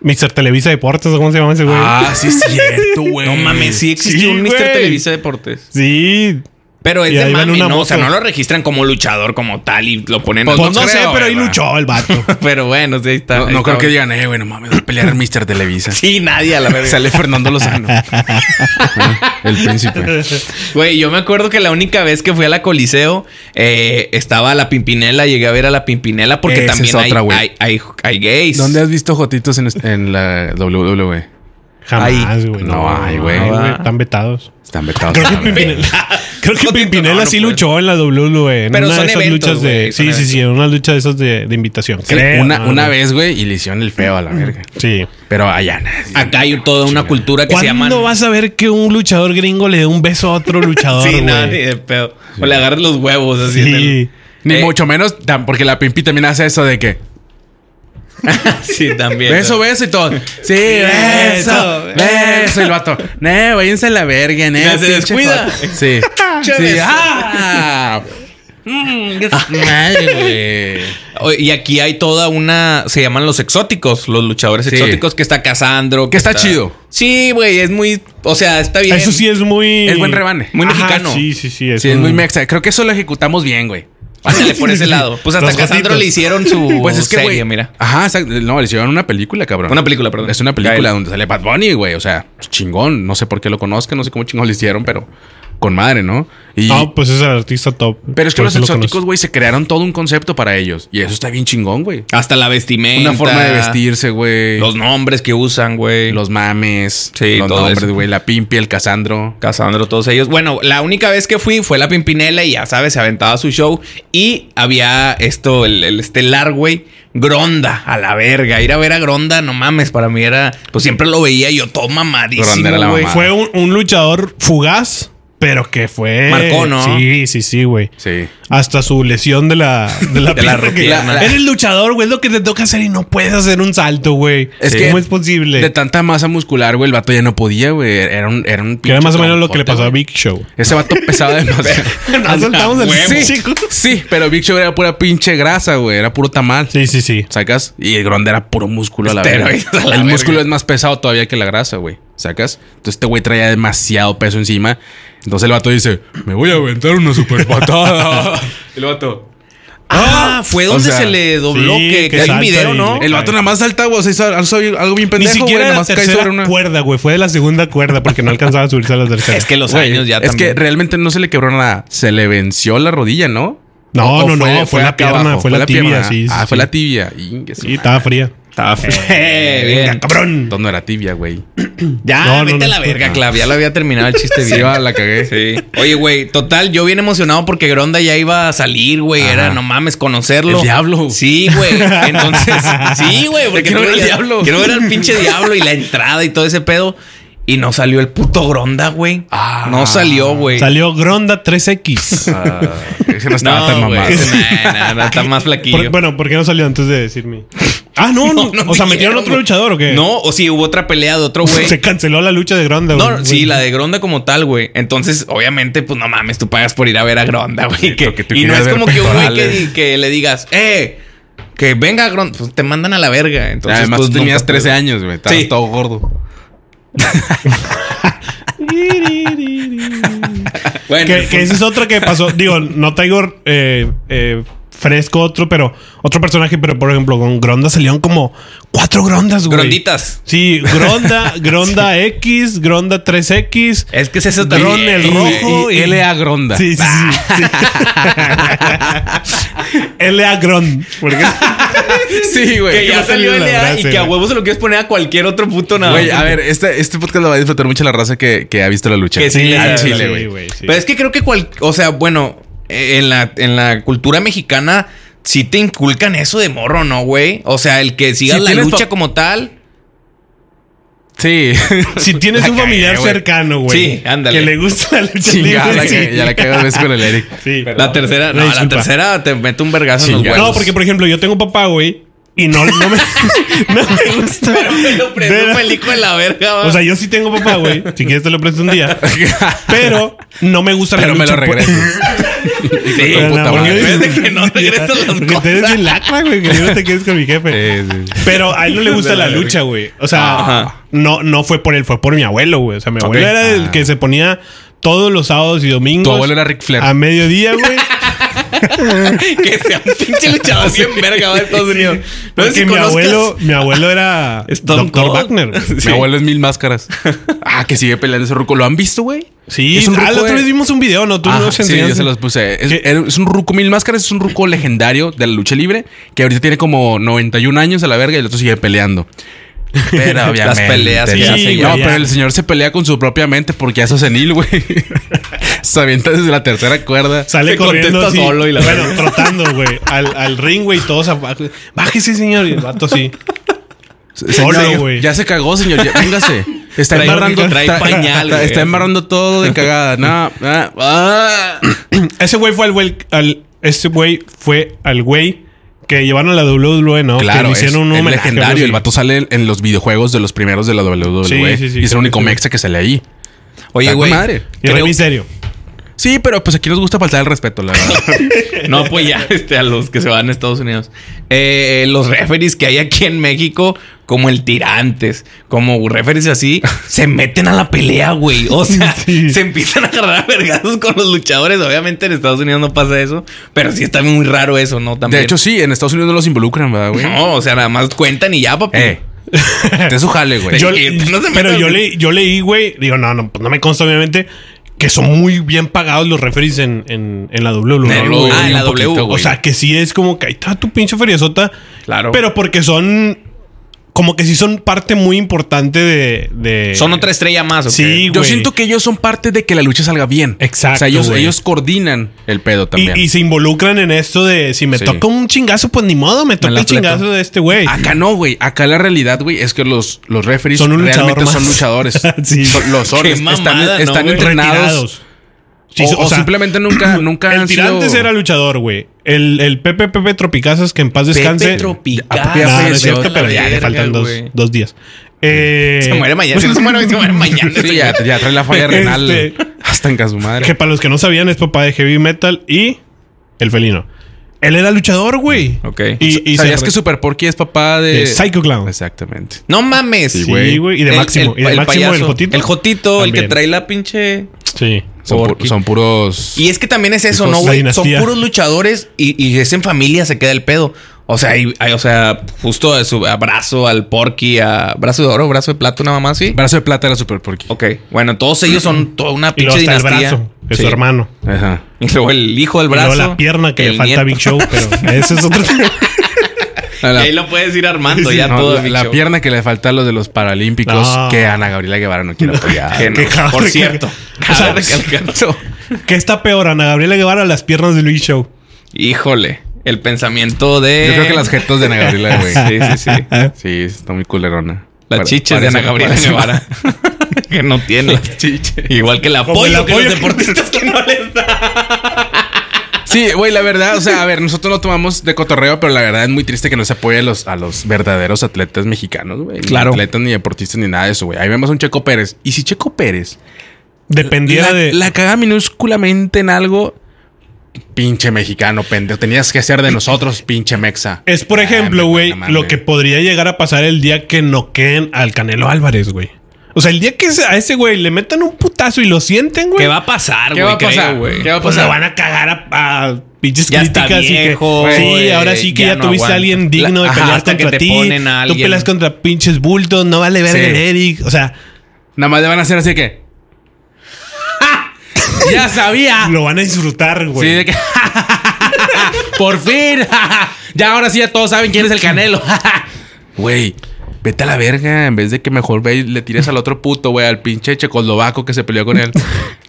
S3: Mr. Televisa Deportes, ¿cómo se llama ese güey?
S1: Ah, sí, es cierto, güey.
S2: No mames, sí existió
S3: Sí,
S2: un Mr.
S3: güey.
S2: Televisa Deportes.
S3: Sí.
S2: Pero es
S3: Y
S2: de
S3: ahí va en
S2: mami,
S3: una
S2: ¿no? O sea,
S3: moto.
S2: no lo registran como luchador como tal y lo ponen.
S1: Pues
S3: Pues
S1: no
S3: no, sé,
S1: creo,
S3: pero ahí
S1: güey.
S3: luchó el vato.
S2: Pero bueno, sí, ahí está.
S1: No,
S2: ahí
S1: no
S2: está.
S1: creo que digan, eh, güey, no mames, va a pelear Mr. Televisa.
S2: Sí, nadie a la verga.
S1: Sale Fernando Lozano. El príncipe.
S2: Güey, yo me acuerdo que la única vez que fui a la Coliseo eh, estaba la Pimpinela, llegué a ver a la Pimpinela porque
S1: Esa
S2: también
S1: es otra,
S2: hay,
S1: güey.
S2: hay, hay, hay gays.
S1: ¿Dónde has visto Jotitos en, est- en la E? WWE?
S3: Jamás,
S2: Ahí.
S3: güey.
S1: No hay, güey.
S3: Ay, Están vetados.
S1: Están vetados.
S3: Creo que
S1: ¿sabes?
S3: Pimpinela, creo que
S2: No,
S3: Pimpinela
S2: no, no
S1: pues.
S3: sí
S2: puede.
S3: luchó en la WWE. En
S2: Pero
S3: una
S2: son
S3: de esas
S2: eventos,
S3: luchas de.
S2: güey, son
S3: sí, sí, sí, en una lucha de esas de, de invitación.
S1: Sí,
S3: creo,
S1: una,
S3: ¿no?
S1: una vez, güey, y le hicieron el feo a la verga.
S3: Sí.
S1: Pero allá, nada.
S2: Acá hay toda una cultura que se llama.
S3: ¿Cuándo vas a ver que un luchador gringo le dé un beso a otro luchador?
S2: Sí,
S3: güey?
S2: no, ni de pedo. O le agarras los huevos así. en
S3: Sí.
S1: Ni
S2: Eh.
S1: mucho menos, tam- porque la Pimpi también hace eso de que
S2: el- sí, también.
S1: Beso, beso y todo. Sí, beso,
S2: beso.
S1: beso. Y el vato, no, váyanse a la verga, no.
S2: Ya se
S1: pinche
S2: descuida.
S1: joto". Sí.
S2: Che,
S1: sí.
S2: beso.
S1: ¡Ah! Mm, qué Madre, güey.
S2: O- Y aquí hay toda una. Se llaman los exóticos, los luchadores
S1: Sí.
S2: exóticos que está Casandro.
S1: Que está chido.
S2: Sí, güey, es muy. O sea, está bien.
S3: Eso sí es muy.
S1: Es buen rebane.
S2: Muy
S3: Ajá,
S2: mexicano.
S3: Sí, sí, sí.
S1: Sí, es muy
S3: un-
S1: mexa. Creo que eso lo ejecutamos bien, güey.
S2: Ándale por ese lado. Pues hasta
S3: Los
S2: Casandro
S3: gatitos.
S2: le hicieron su.
S3: Uh,
S1: Pues es que,
S2: serie,
S1: güey.
S2: mira.
S1: Ajá, exacto. No, les llevan una película, cabrón.
S2: Una película, perdón.
S1: Es una película
S2: Gael.
S1: donde sale Bad Bunny, güey. O sea, chingón. No sé por qué lo conozcan, no sé cómo chingón le hicieron, pero con madre, ¿no? Y,
S3: Ah, pues es el artista top.
S1: pero es que
S3: Por
S1: los
S3: eso lo
S1: exóticos,
S3: conozco.
S1: güey, se crearon todo un concepto para ellos. Y eso está bien chingón, güey.
S2: Hasta la vestimenta.
S1: Una forma de vestirse, güey. Los,
S2: Los nombres que usan, güey.
S1: mames.
S2: Sí,
S1: los
S2: todo
S1: nombres,
S2: eso.
S1: güey. La Pimpi, el Casandro.
S2: Casandro, todos ellos. Bueno, la única vez que fui fue la Pimpinela y ya sabes, se aventaba su show. Y había esto, el, el estelar, güey. Gronda, a la verga. Ir a ver a Gronda, no mames, para mí era. Pues siempre lo veía yo todo mamadísimo.
S1: Gronda era la
S2: güey.
S1: mamá.
S3: Fue un, un luchador fugaz, pero que fue.
S2: Marcó, ¿no?
S3: Sí, sí, sí, güey.
S1: Sí.
S3: Hasta su lesión de la, de la,
S2: De la
S3: pierna que-
S2: pierna.
S3: Eres luchador, güey. Es lo que te toca hacer y no puedes hacer un salto, güey.
S1: Es
S3: Es
S1: que-
S3: ¿Cómo es posible?
S1: De tanta masa muscular, güey, el vato ya no podía, güey. Era un, era un
S3: que
S1: pinche
S3: era más o menos lo que
S1: troncote,
S3: le pasó a
S1: güey.
S3: Big Show.
S1: Ese vato pesaba demasiado.
S3: Nos soltamos el
S2: huevo.
S1: sí,
S3: chico.
S1: sí, pero Big Show era pura pinche grasa, güey. Era puro tamal.
S3: Sí, sí, sí.
S1: ¿Sacas? Y el Gronda era puro músculo a la verga.
S2: Esteroides a la
S1: El músculo
S2: verga.
S1: es más pesado todavía que la grasa, güey. ¿Sacas? Entonces este güey traía demasiado peso encima. Entonces el vato dice, me voy a aventar una super patada. el vato.
S2: Ah, fue
S1: O
S2: donde
S1: sea,
S2: se le dobló
S3: sí,
S2: que,
S3: que
S2: que hay un
S3: salta
S2: video,
S3: y-
S2: ¿no?
S1: El vato nada más salta, güey. Se hizo algo algo bien
S3: Ni
S1: pendejo, güey.
S3: siquiera
S1: Nada
S3: de la
S1: más cae
S3: tercera
S1: sobre una...
S3: cuerda, güey. Fue de la segunda cuerda porque no alcanzaba a subirse a la tercera.
S2: Es que los
S1: Güey,
S2: años ya
S1: es
S2: también.
S1: que realmente no se le quebró nada. Se le venció la rodilla, ¿no?
S3: No,
S1: O- o
S3: no, no, fue la
S1: acá
S3: pierna, fue la tibia, sí, sí,
S1: ah, fue
S3: sí.
S1: la tibia. Ingue su
S3: Sí, estaba fría.
S2: Estaba fe-
S3: Venga,
S2: Eh, bien.
S3: cabrón.
S1: Todo no era tibia, güey.
S2: Ya,
S3: No, no,
S2: vete
S3: no,
S2: a la
S3: no.
S2: verga,
S3: Ah.
S2: Clav. Ya lo había terminado el chiste bien.
S1: va, la cagué.
S2: Sí. Oye, güey, total, yo bien emocionado porque Gronda ya iba a salir, güey.
S1: Ajá.
S2: Era, no mames, conocerlo.
S1: El diablo.
S2: Sí, güey. Entonces, sí, güey. Porque
S1: Quiero ver
S2: tú
S1: al
S2: ya-
S1: diablo.
S2: Quiero ver al pinche diablo y la entrada y todo ese pedo. Y no salió el puto Gronda, güey.
S1: Ah.
S2: no salió, güey.
S3: Salió Gronda 3X.
S1: Ah, ese no estaba
S2: No,
S1: tan
S2: güey.
S1: mamado.
S2: Nah, nah, nah, está más flaquillo.
S3: Por- bueno, ¿por qué no salió antes de decirme? Ah, no, no.
S2: No, no
S3: o sea,
S2: dijeron,
S3: ¿metieron otro
S2: güey.
S3: luchador o qué?
S2: No, o sí, hubo otra pelea de otro güey.
S3: Se canceló la lucha de Gronda,
S2: No,
S3: güey.
S2: sí, la de Gronda como tal, güey. Entonces, obviamente, pues no mames, tú pagas por ir a ver a Gronda, güey.
S1: Sí,
S2: que-
S1: lo que tú
S2: y no
S1: quieras
S2: es
S1: ver
S2: como que un güey que,
S1: pectorales.
S2: di- que le digas, eh, que venga Gronda, pues te mandan a la verga. Entonces,
S1: Además,
S2: pues,
S1: tú tenías
S2: nunca-
S1: 13 años, güey. Estabas
S2: Sí.
S1: todo gordo.
S2: Bueno, pues,
S3: Que, que ese es otro que pasó. Digo, no traigo eh, eh, fresco otro, pero otro personaje, pero por ejemplo, con Gronda salieron como cuatro Grondas, güey.
S2: Gronditas.
S3: Sí, Gronda, Gronda X, Gronda 3X.
S2: Es que es eso también.
S3: Gron el
S2: güey.
S3: rojo
S1: Y
S3: y-
S1: L.A. Gronda.
S3: Sí, sí, sí. sí. L.A. Gron. Porque
S1: Sí, güey.
S2: Que ya
S3: no
S2: salió
S3: salió la
S2: el EA y
S3: frase,
S2: que a
S3: güey.
S2: huevo se lo quieres poner a cualquier otro puto nada.
S1: Güey,
S2: más.
S1: a ver, este, este podcast lo va a disfrutar mucho la raza que, que ha visto la lucha.
S2: Que sí le
S1: al
S2: sabe,
S1: chile,
S2: sí,
S1: güey.
S3: sí.
S2: Pero es que creo que cual, o sea, bueno, eh, en la, en la cultura mexicana sí te inculcan eso de morro, ¿no, güey? O sea, el que sigas
S1: Si
S2: la
S1: tienes
S2: lucha
S1: pa-
S2: como tal.
S1: Sí.
S3: Pues, Si tienes
S2: La
S3: un
S2: cagué,
S3: familiar
S2: güey.
S3: cercano, güey.
S2: Sí, ándale.
S3: Que le gusta la lucha
S1: Chingada,
S3: libre,
S1: la que-
S3: sí.
S1: ya la cagué dos veces con el Eric.
S3: Sí.
S2: la tercera,
S3: Una
S2: no, la
S3: disculpa.
S2: tercera te mete un vergazo en los
S1: Chingado.
S2: huevos.
S3: No, porque por ejemplo, yo tengo papá, güey, y no, no me, no me gusta.
S2: Pero me lo
S3: Pero-
S2: prendo el hijo de la verga, va.
S3: o sea, yo sí tengo papá, güey. Si quieres te lo presto un día. Pero no me gusta
S1: Pero
S3: la
S1: me
S3: lucha.
S1: lo regreso.
S2: Sí,
S1: con pues. puta
S3: porque
S1: madre.
S3: eres-
S2: Desde que no regresas las
S3: Porque
S2: cosas.
S3: te eres bien lacra, güey. Que no te quedes con mi jefe.
S1: Sí, sí.
S3: Pero a él no le gusta
S2: De la
S3: la
S2: verga.
S3: lucha, güey. O sea,
S2: Ajá.
S3: no, no fue por él, fue por mi abuelo, güey. O sea, mi abuelo
S1: Ok.
S3: era el
S1: Ah.
S3: que se ponía todos los sábados y domingos.
S1: Tu abuelo era Ric Flair.
S3: A mediodía, güey.
S2: que sea un pinche luchador bien verga, va, de Estados Unidos. No sé
S3: Porque
S2: si
S3: mi
S2: conozcas-
S3: abuelo, mi abuelo era
S2: Stone
S3: Dr.
S2: Cold.
S3: Wagner. güey.
S2: Sí.
S1: Mi abuelo es mil máscaras. Ah, que sigue peleando ese ruco. ¿Lo han visto, güey?
S3: Sí,
S1: Es un
S3: ah,
S1: ruco
S3: la otra
S1: de-
S3: vez vimos un video, ¿no? Tú
S1: Ajá,
S3: nos
S1: sí, yo
S3: enseñaste.
S1: se los puse. Es,
S3: ¿Qué?
S1: era- es un ruco mil máscaras, es un ruco legendario de la lucha libre que ahorita tiene como 91 años a la verga y el otro sigue peleando. Pero obviamente.
S2: peleas que
S1: sí,
S3: hace ya.
S1: No, pero el señor se pelea con su propia mente porque ya es senil, güey. se avienta desde la tercera cuerda.
S3: Sale
S2: Se
S3: corriendo
S2: contesta
S3: así.
S2: solo y la
S3: bueno, trotando, güey. Al, al ring, güey, todos abajo. Bájese, señor. Y el vato sí.
S1: Señor,
S3: Solo, güey.
S1: Ya se cagó, señor. Ya, véngase. Está
S2: Trae-
S1: embarrando.
S2: trae
S1: está-
S2: pañal,
S1: está-
S2: güey.
S1: está embarrando todo de cagada. No, ah, ah.
S3: Ese güey fue al güey. Al, ese güey fue al güey que llevaron a la WWE, ¿no? que
S1: Claro,
S3: le
S1: es,
S3: hicieron un
S1: es
S3: homenaje, algo así.
S1: legendario. El vato sale en los videojuegos de los primeros de la WWE.
S3: Sí, sí,
S1: y
S3: sí,
S1: es el
S3: creo
S1: único
S3: que sí.
S1: mexa que sale ahí.
S2: Oye,
S1: Está con
S2: güey.
S1: madre.
S3: Y era
S2: creo-
S3: misterio.
S1: Sí, pero pues aquí nos gusta faltar el respeto, la verdad.
S2: No apoyar este, a los que se van a Estados Unidos. Eh, eh, los referees que hay aquí en México, como el Tirantes, como referees así, se meten a la pelea, güey. O sea,
S3: Sí.
S2: se empiezan a agarrar a vergazos con los luchadores. Obviamente en Estados Unidos no pasa eso, pero sí está muy raro eso, ¿no? También.
S1: De hecho, sí, en Estados Unidos no los involucran, ¿verdad, güey?
S2: no, o sea, nada más cuentan y ya, papi.
S1: Eh. Te su jale, güey.
S2: Yo-
S3: Yo-
S2: que no se
S3: pero
S2: metan,
S3: yo,
S2: güey.
S3: le, yo leí, güey. Digo, no, no, pues no me consta, obviamente, que son muy bien pagados los referees en, en, en la E, WWE.
S2: En el-
S3: güey.
S2: ah, en la
S1: un poquito,
S2: W.
S1: güey.
S3: O sea, que sí es como que ahí está tu pinche feriazota.
S2: Claro.
S3: Pero porque son. Como que sí son parte muy importante de.
S1: eh.
S3: de-
S2: Son otra estrella más, ¿o qué?
S3: Sí,
S1: Yo
S3: güey.
S1: siento que ellos son parte de que la lucha salga bien.
S3: Exacto,
S1: O sea, ellos,
S3: güey.
S1: ellos coordinan el pedo
S3: Y,
S1: también.
S3: y se involucran en esto de si me
S1: Sí. Ah,
S3: toca un chingazo, pues ni modo, me toca
S1: la
S3: el chingazo
S1: fleto.
S3: de este güey.
S2: Ah,
S1: Acá no, güey. Acá la realidad, güey, es que los, los referees
S3: Son un luchador
S1: realmente son
S3: más.
S1: luchadores.
S3: Sí.
S1: Son- lo son.
S2: Qué
S1: Están-
S2: mamada, ¿no,
S1: están
S2: güey?
S1: entrenados.
S3: Retirados. Sí,
S1: o,
S3: o
S1: o
S3: sea,
S1: simplemente nunca, nunca
S3: El
S1: han sido...
S3: tirantes era luchador, güey. El, el Pepe Pepe Tropicazas, que en paz descanse.
S2: Pepe Tropical.
S1: Ah, ya
S3: Nah, no
S1: falleció,
S3: es
S1: la
S3: cierto, pero ya
S2: verga,
S3: le faltan dos,
S2: güey.
S3: dos días. Eh,
S2: Se muere mañana. Si no se muere, hoy, se muere mañana.
S1: Sí, ya, ya trae la falla renal
S3: Este-
S1: hasta en su madre.
S3: Que para los que no sabían es papá de heavy metal y el felino. Él era luchador, güey.
S2: Ok.
S3: Y, y
S1: ¿Sabías
S3: se-
S1: que Super Porky es papá de...
S2: Eh,
S3: de Psycho Clown.
S2: pues,
S1: Exactamente.
S2: No mames.
S1: Sí,
S3: Sí, güey. Y de
S2: El-
S3: Máximo.
S2: El,
S3: y de
S2: el
S3: Máximo,
S2: payaso.
S3: el Jotito.
S2: El Jotito, el que
S3: También.
S2: trae la pinche.
S3: Sí.
S1: Son, pu-
S2: Porky.
S1: son puros...
S2: Y es que también es eso,
S3: Hijos
S2: ¿no,
S3: de
S2: güey? Son
S3: dinastía.
S2: puros luchadores y, y es en familia, se queda el pedo. O sea, hay- hay- o sea, justo a su abrazo al Porky, a brazo de oro, brazo de plata, una mamá así.
S1: Brazo de plata era Super Porky.
S2: Ok. Bueno, todos ellos son toda una
S3: Y luego
S2: pinche
S3: está el
S2: dinastía.
S3: brazo, que es
S2: Sí.
S3: su hermano.
S1: Ajá.
S2: Y luego el hijo del
S3: Y
S2: brazo.
S3: luego la pierna que
S2: el
S3: le falta
S2: nieto.
S3: a Big Show, pero ese es otro.
S1: A
S2: Y
S1: la-
S2: ahí lo puedes ir armando
S1: Sí,
S2: ya
S1: no,
S2: todo.
S1: la,
S2: Big
S1: la
S2: Show.
S1: pierna que le falta a los de los paralímpicos
S3: No.
S1: que Ana Gabriela Guevara no quiere apoyar.
S2: Que no.
S3: Ah. Que cabe
S2: Por
S3: recalcar.
S2: cierto.
S3: O sea,
S2: cabe recalcar.
S3: ¿Qué está peor, Ana Gabriela Guevara o las piernas de Luis Show?
S2: Híjole. El pensamiento de.
S1: Yo creo que las jetas de Ana Gabriela, güey.
S2: Sí, sí, sí.
S1: Eh. Sí, está muy culerona.
S2: Las
S1: Pare-
S2: chiches de
S1: parece-
S2: Ana Gabriela
S1: parece-
S2: Guevara. que no tiene. Las chiches. Igual que el apoyo,
S3: el
S2: que
S3: apoyo
S2: los
S3: que-
S2: deportistas que no les da.
S1: Sí, güey, la verdad, o sea, a ver, nosotros lo tomamos de cotorreo, pero la verdad es muy triste que no se apoye a los, a los verdaderos atletas mexicanos, güey.
S3: Claro.
S1: Ni atletas, ni deportistas, ni nada de eso, güey. Ahí vemos a un Checo Pérez. Y si Checo Pérez
S3: Dependiera
S1: la,
S3: de.
S1: la caga minúsculamente en algo, pinche mexicano, pendejo. Tenías que hacer de nosotros, pinche mexa.
S3: Es por
S1: Ah,
S3: ejemplo,
S1: me-
S3: güey,
S1: no mames.
S3: lo que podría llegar a pasar el día que noqueen al Canelo Álvarez, güey. O sea, el día que ese- a ese güey le metan un putazo y lo sienten, güey.
S2: ¿Qué va a pasar,
S1: ¿Qué
S2: güey?
S1: va a pasar?
S2: Creo, güey.
S1: ¿Qué va a
S3: Pues se
S1: pasar?
S3: van a cagar a, a pinches
S2: Ya está
S3: críticas y
S2: viejo,
S3: que. Sí,
S2: güey,
S3: ahora sí que
S2: ya
S3: ya,
S2: no
S3: tuviste
S2: aguanta.
S3: a alguien digno de
S2: La- ajá,
S3: pelear
S2: hasta que
S3: contra
S2: te
S3: ti.
S2: ponen a
S3: Tú
S2: alguien.
S3: peleas contra pinches bultos, no vale verga
S1: Sí.
S3: el Eric. O sea,
S1: Nada más le van a hacer así que. ¡Ja! ¡Ya
S2: Ah.
S1: sabía!
S3: lo van a disfrutar, güey.
S1: Sí, de que. Por fin. ya ahora sí ya todos saben quién es el Canelo. Güey, vete a la verga. En vez de que mejor ve y le tires al otro puto, güey, al pinche checoslovaco que se peleó con él.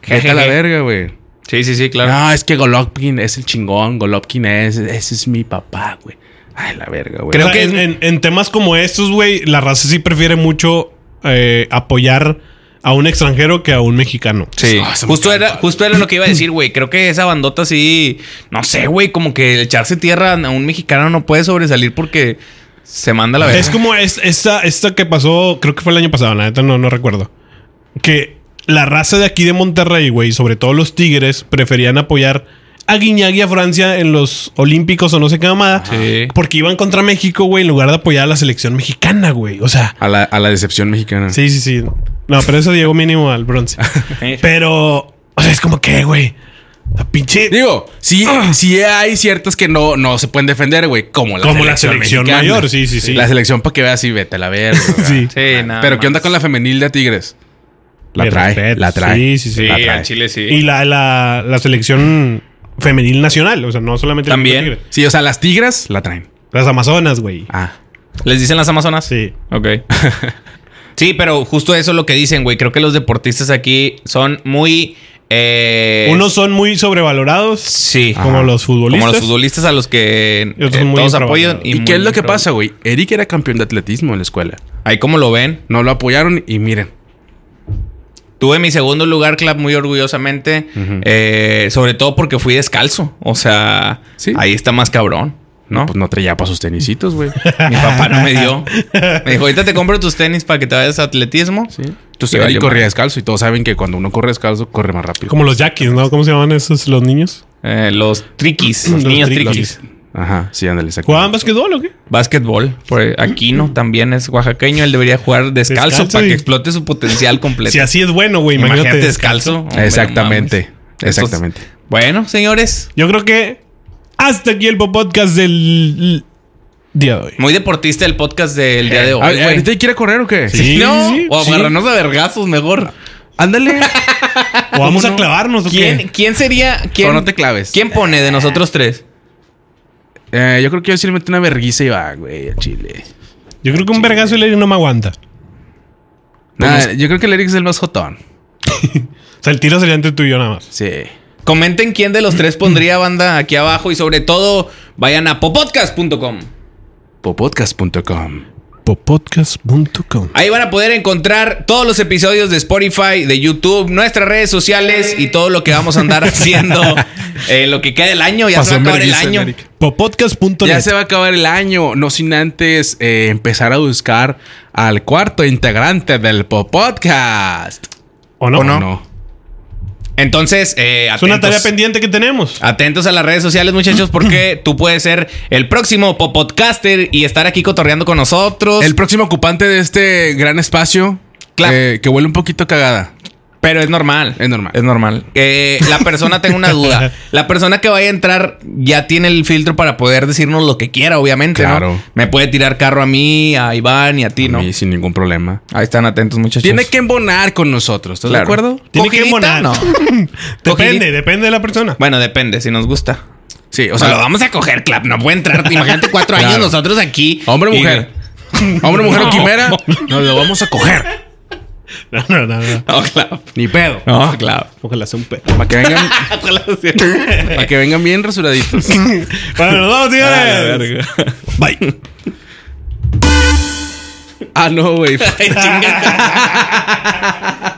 S1: vete a la verga, güey.
S2: Sí, sí, sí, claro.
S1: No, es que Golovkin es el chingón. Golovkin es. Ese es mi papá, güey. Ay, la verga, güey.
S3: Creo
S2: Creo
S3: que
S2: que-
S3: en, en- en temas como estos, güey, la raza sí prefiere mucho eh, apoyar a un extranjero que a un mexicano.
S2: Sí,
S1: Ah, se me
S2: justo,
S1: encanta.
S2: era, justo era lo que iba a decir, güey. Creo que esa bandota sí, no sé, güey, como que echarse tierra a un mexicano no puede sobresalir porque se manda a la verga.
S3: Es como es, esta, esta que pasó, creo que fue el año pasado, la neta no, no recuerdo. Que la raza de aquí de Monterrey, güey, sobre todo los Tigres, preferían apoyar a Guiñagui a Francia en los Olímpicos o no sé qué mamada.
S2: Sí.
S3: Porque iban contra México, güey, en lugar de apoyar a la selección mexicana, güey. O sea,
S1: A la, a la decepción mexicana.
S3: sí, sí, sí. No, pero eso llegó mínimo al bronce. pero, o sea, es como que, güey, la pinche.
S1: Digo, sí, sí hay ciertas que no, no se pueden defender, güey. Como la
S3: Como la
S1: selección,
S3: selección
S1: mexicana.
S3: mayor, sí, sí, sí.
S1: La selección para que veas y vete a la verga.
S3: Sí.
S2: Sí, nada.
S1: Pero ¿qué
S2: más.
S1: onda con la femenil de Tigres? La
S3: Mi
S1: trae,
S3: respeto.
S1: la trae.
S3: Sí, sí, sí.
S1: la
S2: Sí,
S1: trae.
S2: al Chile sí.
S3: Y la, la, la selección femenil nacional, o sea, no solamente el
S2: También.
S3: equipo tigre.
S1: Sí, o sea, las Tigres la traen.
S3: Las Amazonas, güey.
S1: Ah.
S2: ¿Les dicen las Amazonas?
S3: Sí.
S2: Ok. sí, pero justo eso es lo que dicen, güey. Creo que los deportistas aquí son muy. eh,
S3: Unos son muy sobrevalorados,
S2: Sí.
S1: Ah,
S3: como los futbolistas.
S2: Como los futbolistas a los que
S3: Y otros
S2: eh,
S3: muy
S2: todos apoyan.
S3: infravalorados.
S1: ¿Y,
S2: muy
S1: qué es lo que
S2: infravalorados.
S1: pasa, güey? Eric era campeón de atletismo en la escuela.
S2: Ahí como lo ven.
S1: No lo apoyaron y miren.
S2: Tuve mi segundo lugar, Clap, muy orgullosamente.
S1: Ujú.
S2: eh, sobre todo porque fui descalzo. O sea,
S1: Sí.
S2: ahí está más cabrón.
S1: No,
S2: ¿No?
S1: pues no traía para sus tenisitos, güey.
S2: Mi papá no me dio. Me dijo, ahorita te compro tus tenis para que te vayas a atletismo.
S1: Sí.
S2: Y
S1: Entonces
S2: valió
S1: Eric corría
S2: madre.
S1: descalzo y todos saben que cuando uno corre descalzo, corre más rápido.
S3: Como los Jackies, ¿no? ¿Cómo se llaman esos los niños?
S2: Eh, los triquis, los,
S3: Los
S2: niños
S3: triquis.
S2: triquis.
S1: Ajá, sí, ándale, exacto.
S3: ¿Jugaban básquetbol o qué?
S2: Básquetbol. Por eh, Aquino también es oaxaqueño. Él debería jugar descalzo,
S3: Descalzo
S2: para
S3: y-
S2: que explote su potencial completo.
S3: Si así es bueno, güey,
S2: imagínate,
S3: imagínate.
S2: descalzo. Hombre,
S1: Exactamente.
S2: no mames. Estos-
S1: Exactamente.
S2: Bueno, señores.
S3: Yo creo que hasta aquí el podcast del día de hoy.
S2: Muy deportista el podcast del día de hoy.
S1: A-
S2: güey.
S1: Ah, ¿Ahorita quiere correr o qué?
S3: Sí,
S2: ¿No?
S3: sí,
S2: o
S3: sí.
S2: agarrarnos a vergazos mejor.
S1: Ándale.
S3: O vamos a
S1: no?
S3: clavarnos, ¿o
S2: ¿Quién,
S3: qué?
S2: ¿Quién sería?
S1: O
S2: ¿Quién,
S1: no te claves.
S2: ¿Quién pone de nosotros tres?
S1: Eh, yo creo que yo sí le meto una verguisa y va, güey, a Chile.
S3: Yo creo que un vergazo y el Eric no me aguanta.
S2: Pues
S1: Nah, Ah, yo creo que el Eric es el más jotón.
S3: O sea, el tiro sería entre tú y yo nada más.
S1: Sí.
S2: Comenten quién de los tres pondría banda aquí abajo y sobre todo vayan a popodcast.com.
S1: Popodcast.com.
S3: Popodcast.com
S2: Ahí van a poder encontrar todos los episodios de Spotify, de YouTube, nuestras redes sociales y todo lo que vamos a andar haciendo. eh, lo que queda del año, ya
S1: Pasó
S2: se va a acabar el
S1: vergüenza,
S2: año.
S1: Eric.
S3: Popodcast.net
S1: Ya se va a acabar el año, no sin antes eh, empezar a buscar al cuarto integrante del Popodcast.
S3: ¿O no?
S1: ¿O no? Ah,
S2: Entonces, eh,
S3: Es una tarea
S2: atentos.
S3: pendiente que tenemos.
S2: Atentos a las redes sociales, muchachos, porque tú puedes ser el próximo podcaster y estar aquí cotorreando con nosotros.
S1: El próximo ocupante de este gran espacio,
S2: Claro.
S1: eh, que huele un poquito cagada.
S2: Pero es normal.
S1: Es normal.
S2: Es normal. Eh, la persona tengo una duda. La persona que vaya a entrar ya tiene el filtro para poder decirnos lo que quiera, obviamente. ¿no?
S1: Claro.
S2: Me puede tirar carro a mí, a Iván y a ti,
S1: Y
S2: ¿no?
S1: sin ningún problema.
S2: Ahí están atentos, muchachos.
S1: Tiene que embonar con nosotros, ¿estás de
S2: Claro.
S1: acuerdo?
S3: Tiene que
S2: ¿Cogidita?
S3: embonar.
S2: No.
S3: Depende,
S2: Cogidita.
S3: depende de la persona.
S2: Bueno, depende, si nos gusta.
S1: Sí, o
S2: O sea,
S1: sea,
S2: lo vamos a coger, Clap. No puede entrar. Imagínate cuatro años
S1: Claro.
S2: nosotros aquí.
S1: hombre,
S2: Y-
S1: mujer. Hombre, mujer o
S3: No.
S1: quimera, nos lo vamos a coger.
S3: No, no, no. no.
S2: No, Clap.
S1: Ni pedo.
S2: No, Clap.
S3: Ojalá sea un pedo.
S1: Para que vengan, para que vengan bien rasuraditos.
S3: Bueno, nos vamos, señores. Bye.
S1: Ah, no, güey.
S2: Ay, chinga.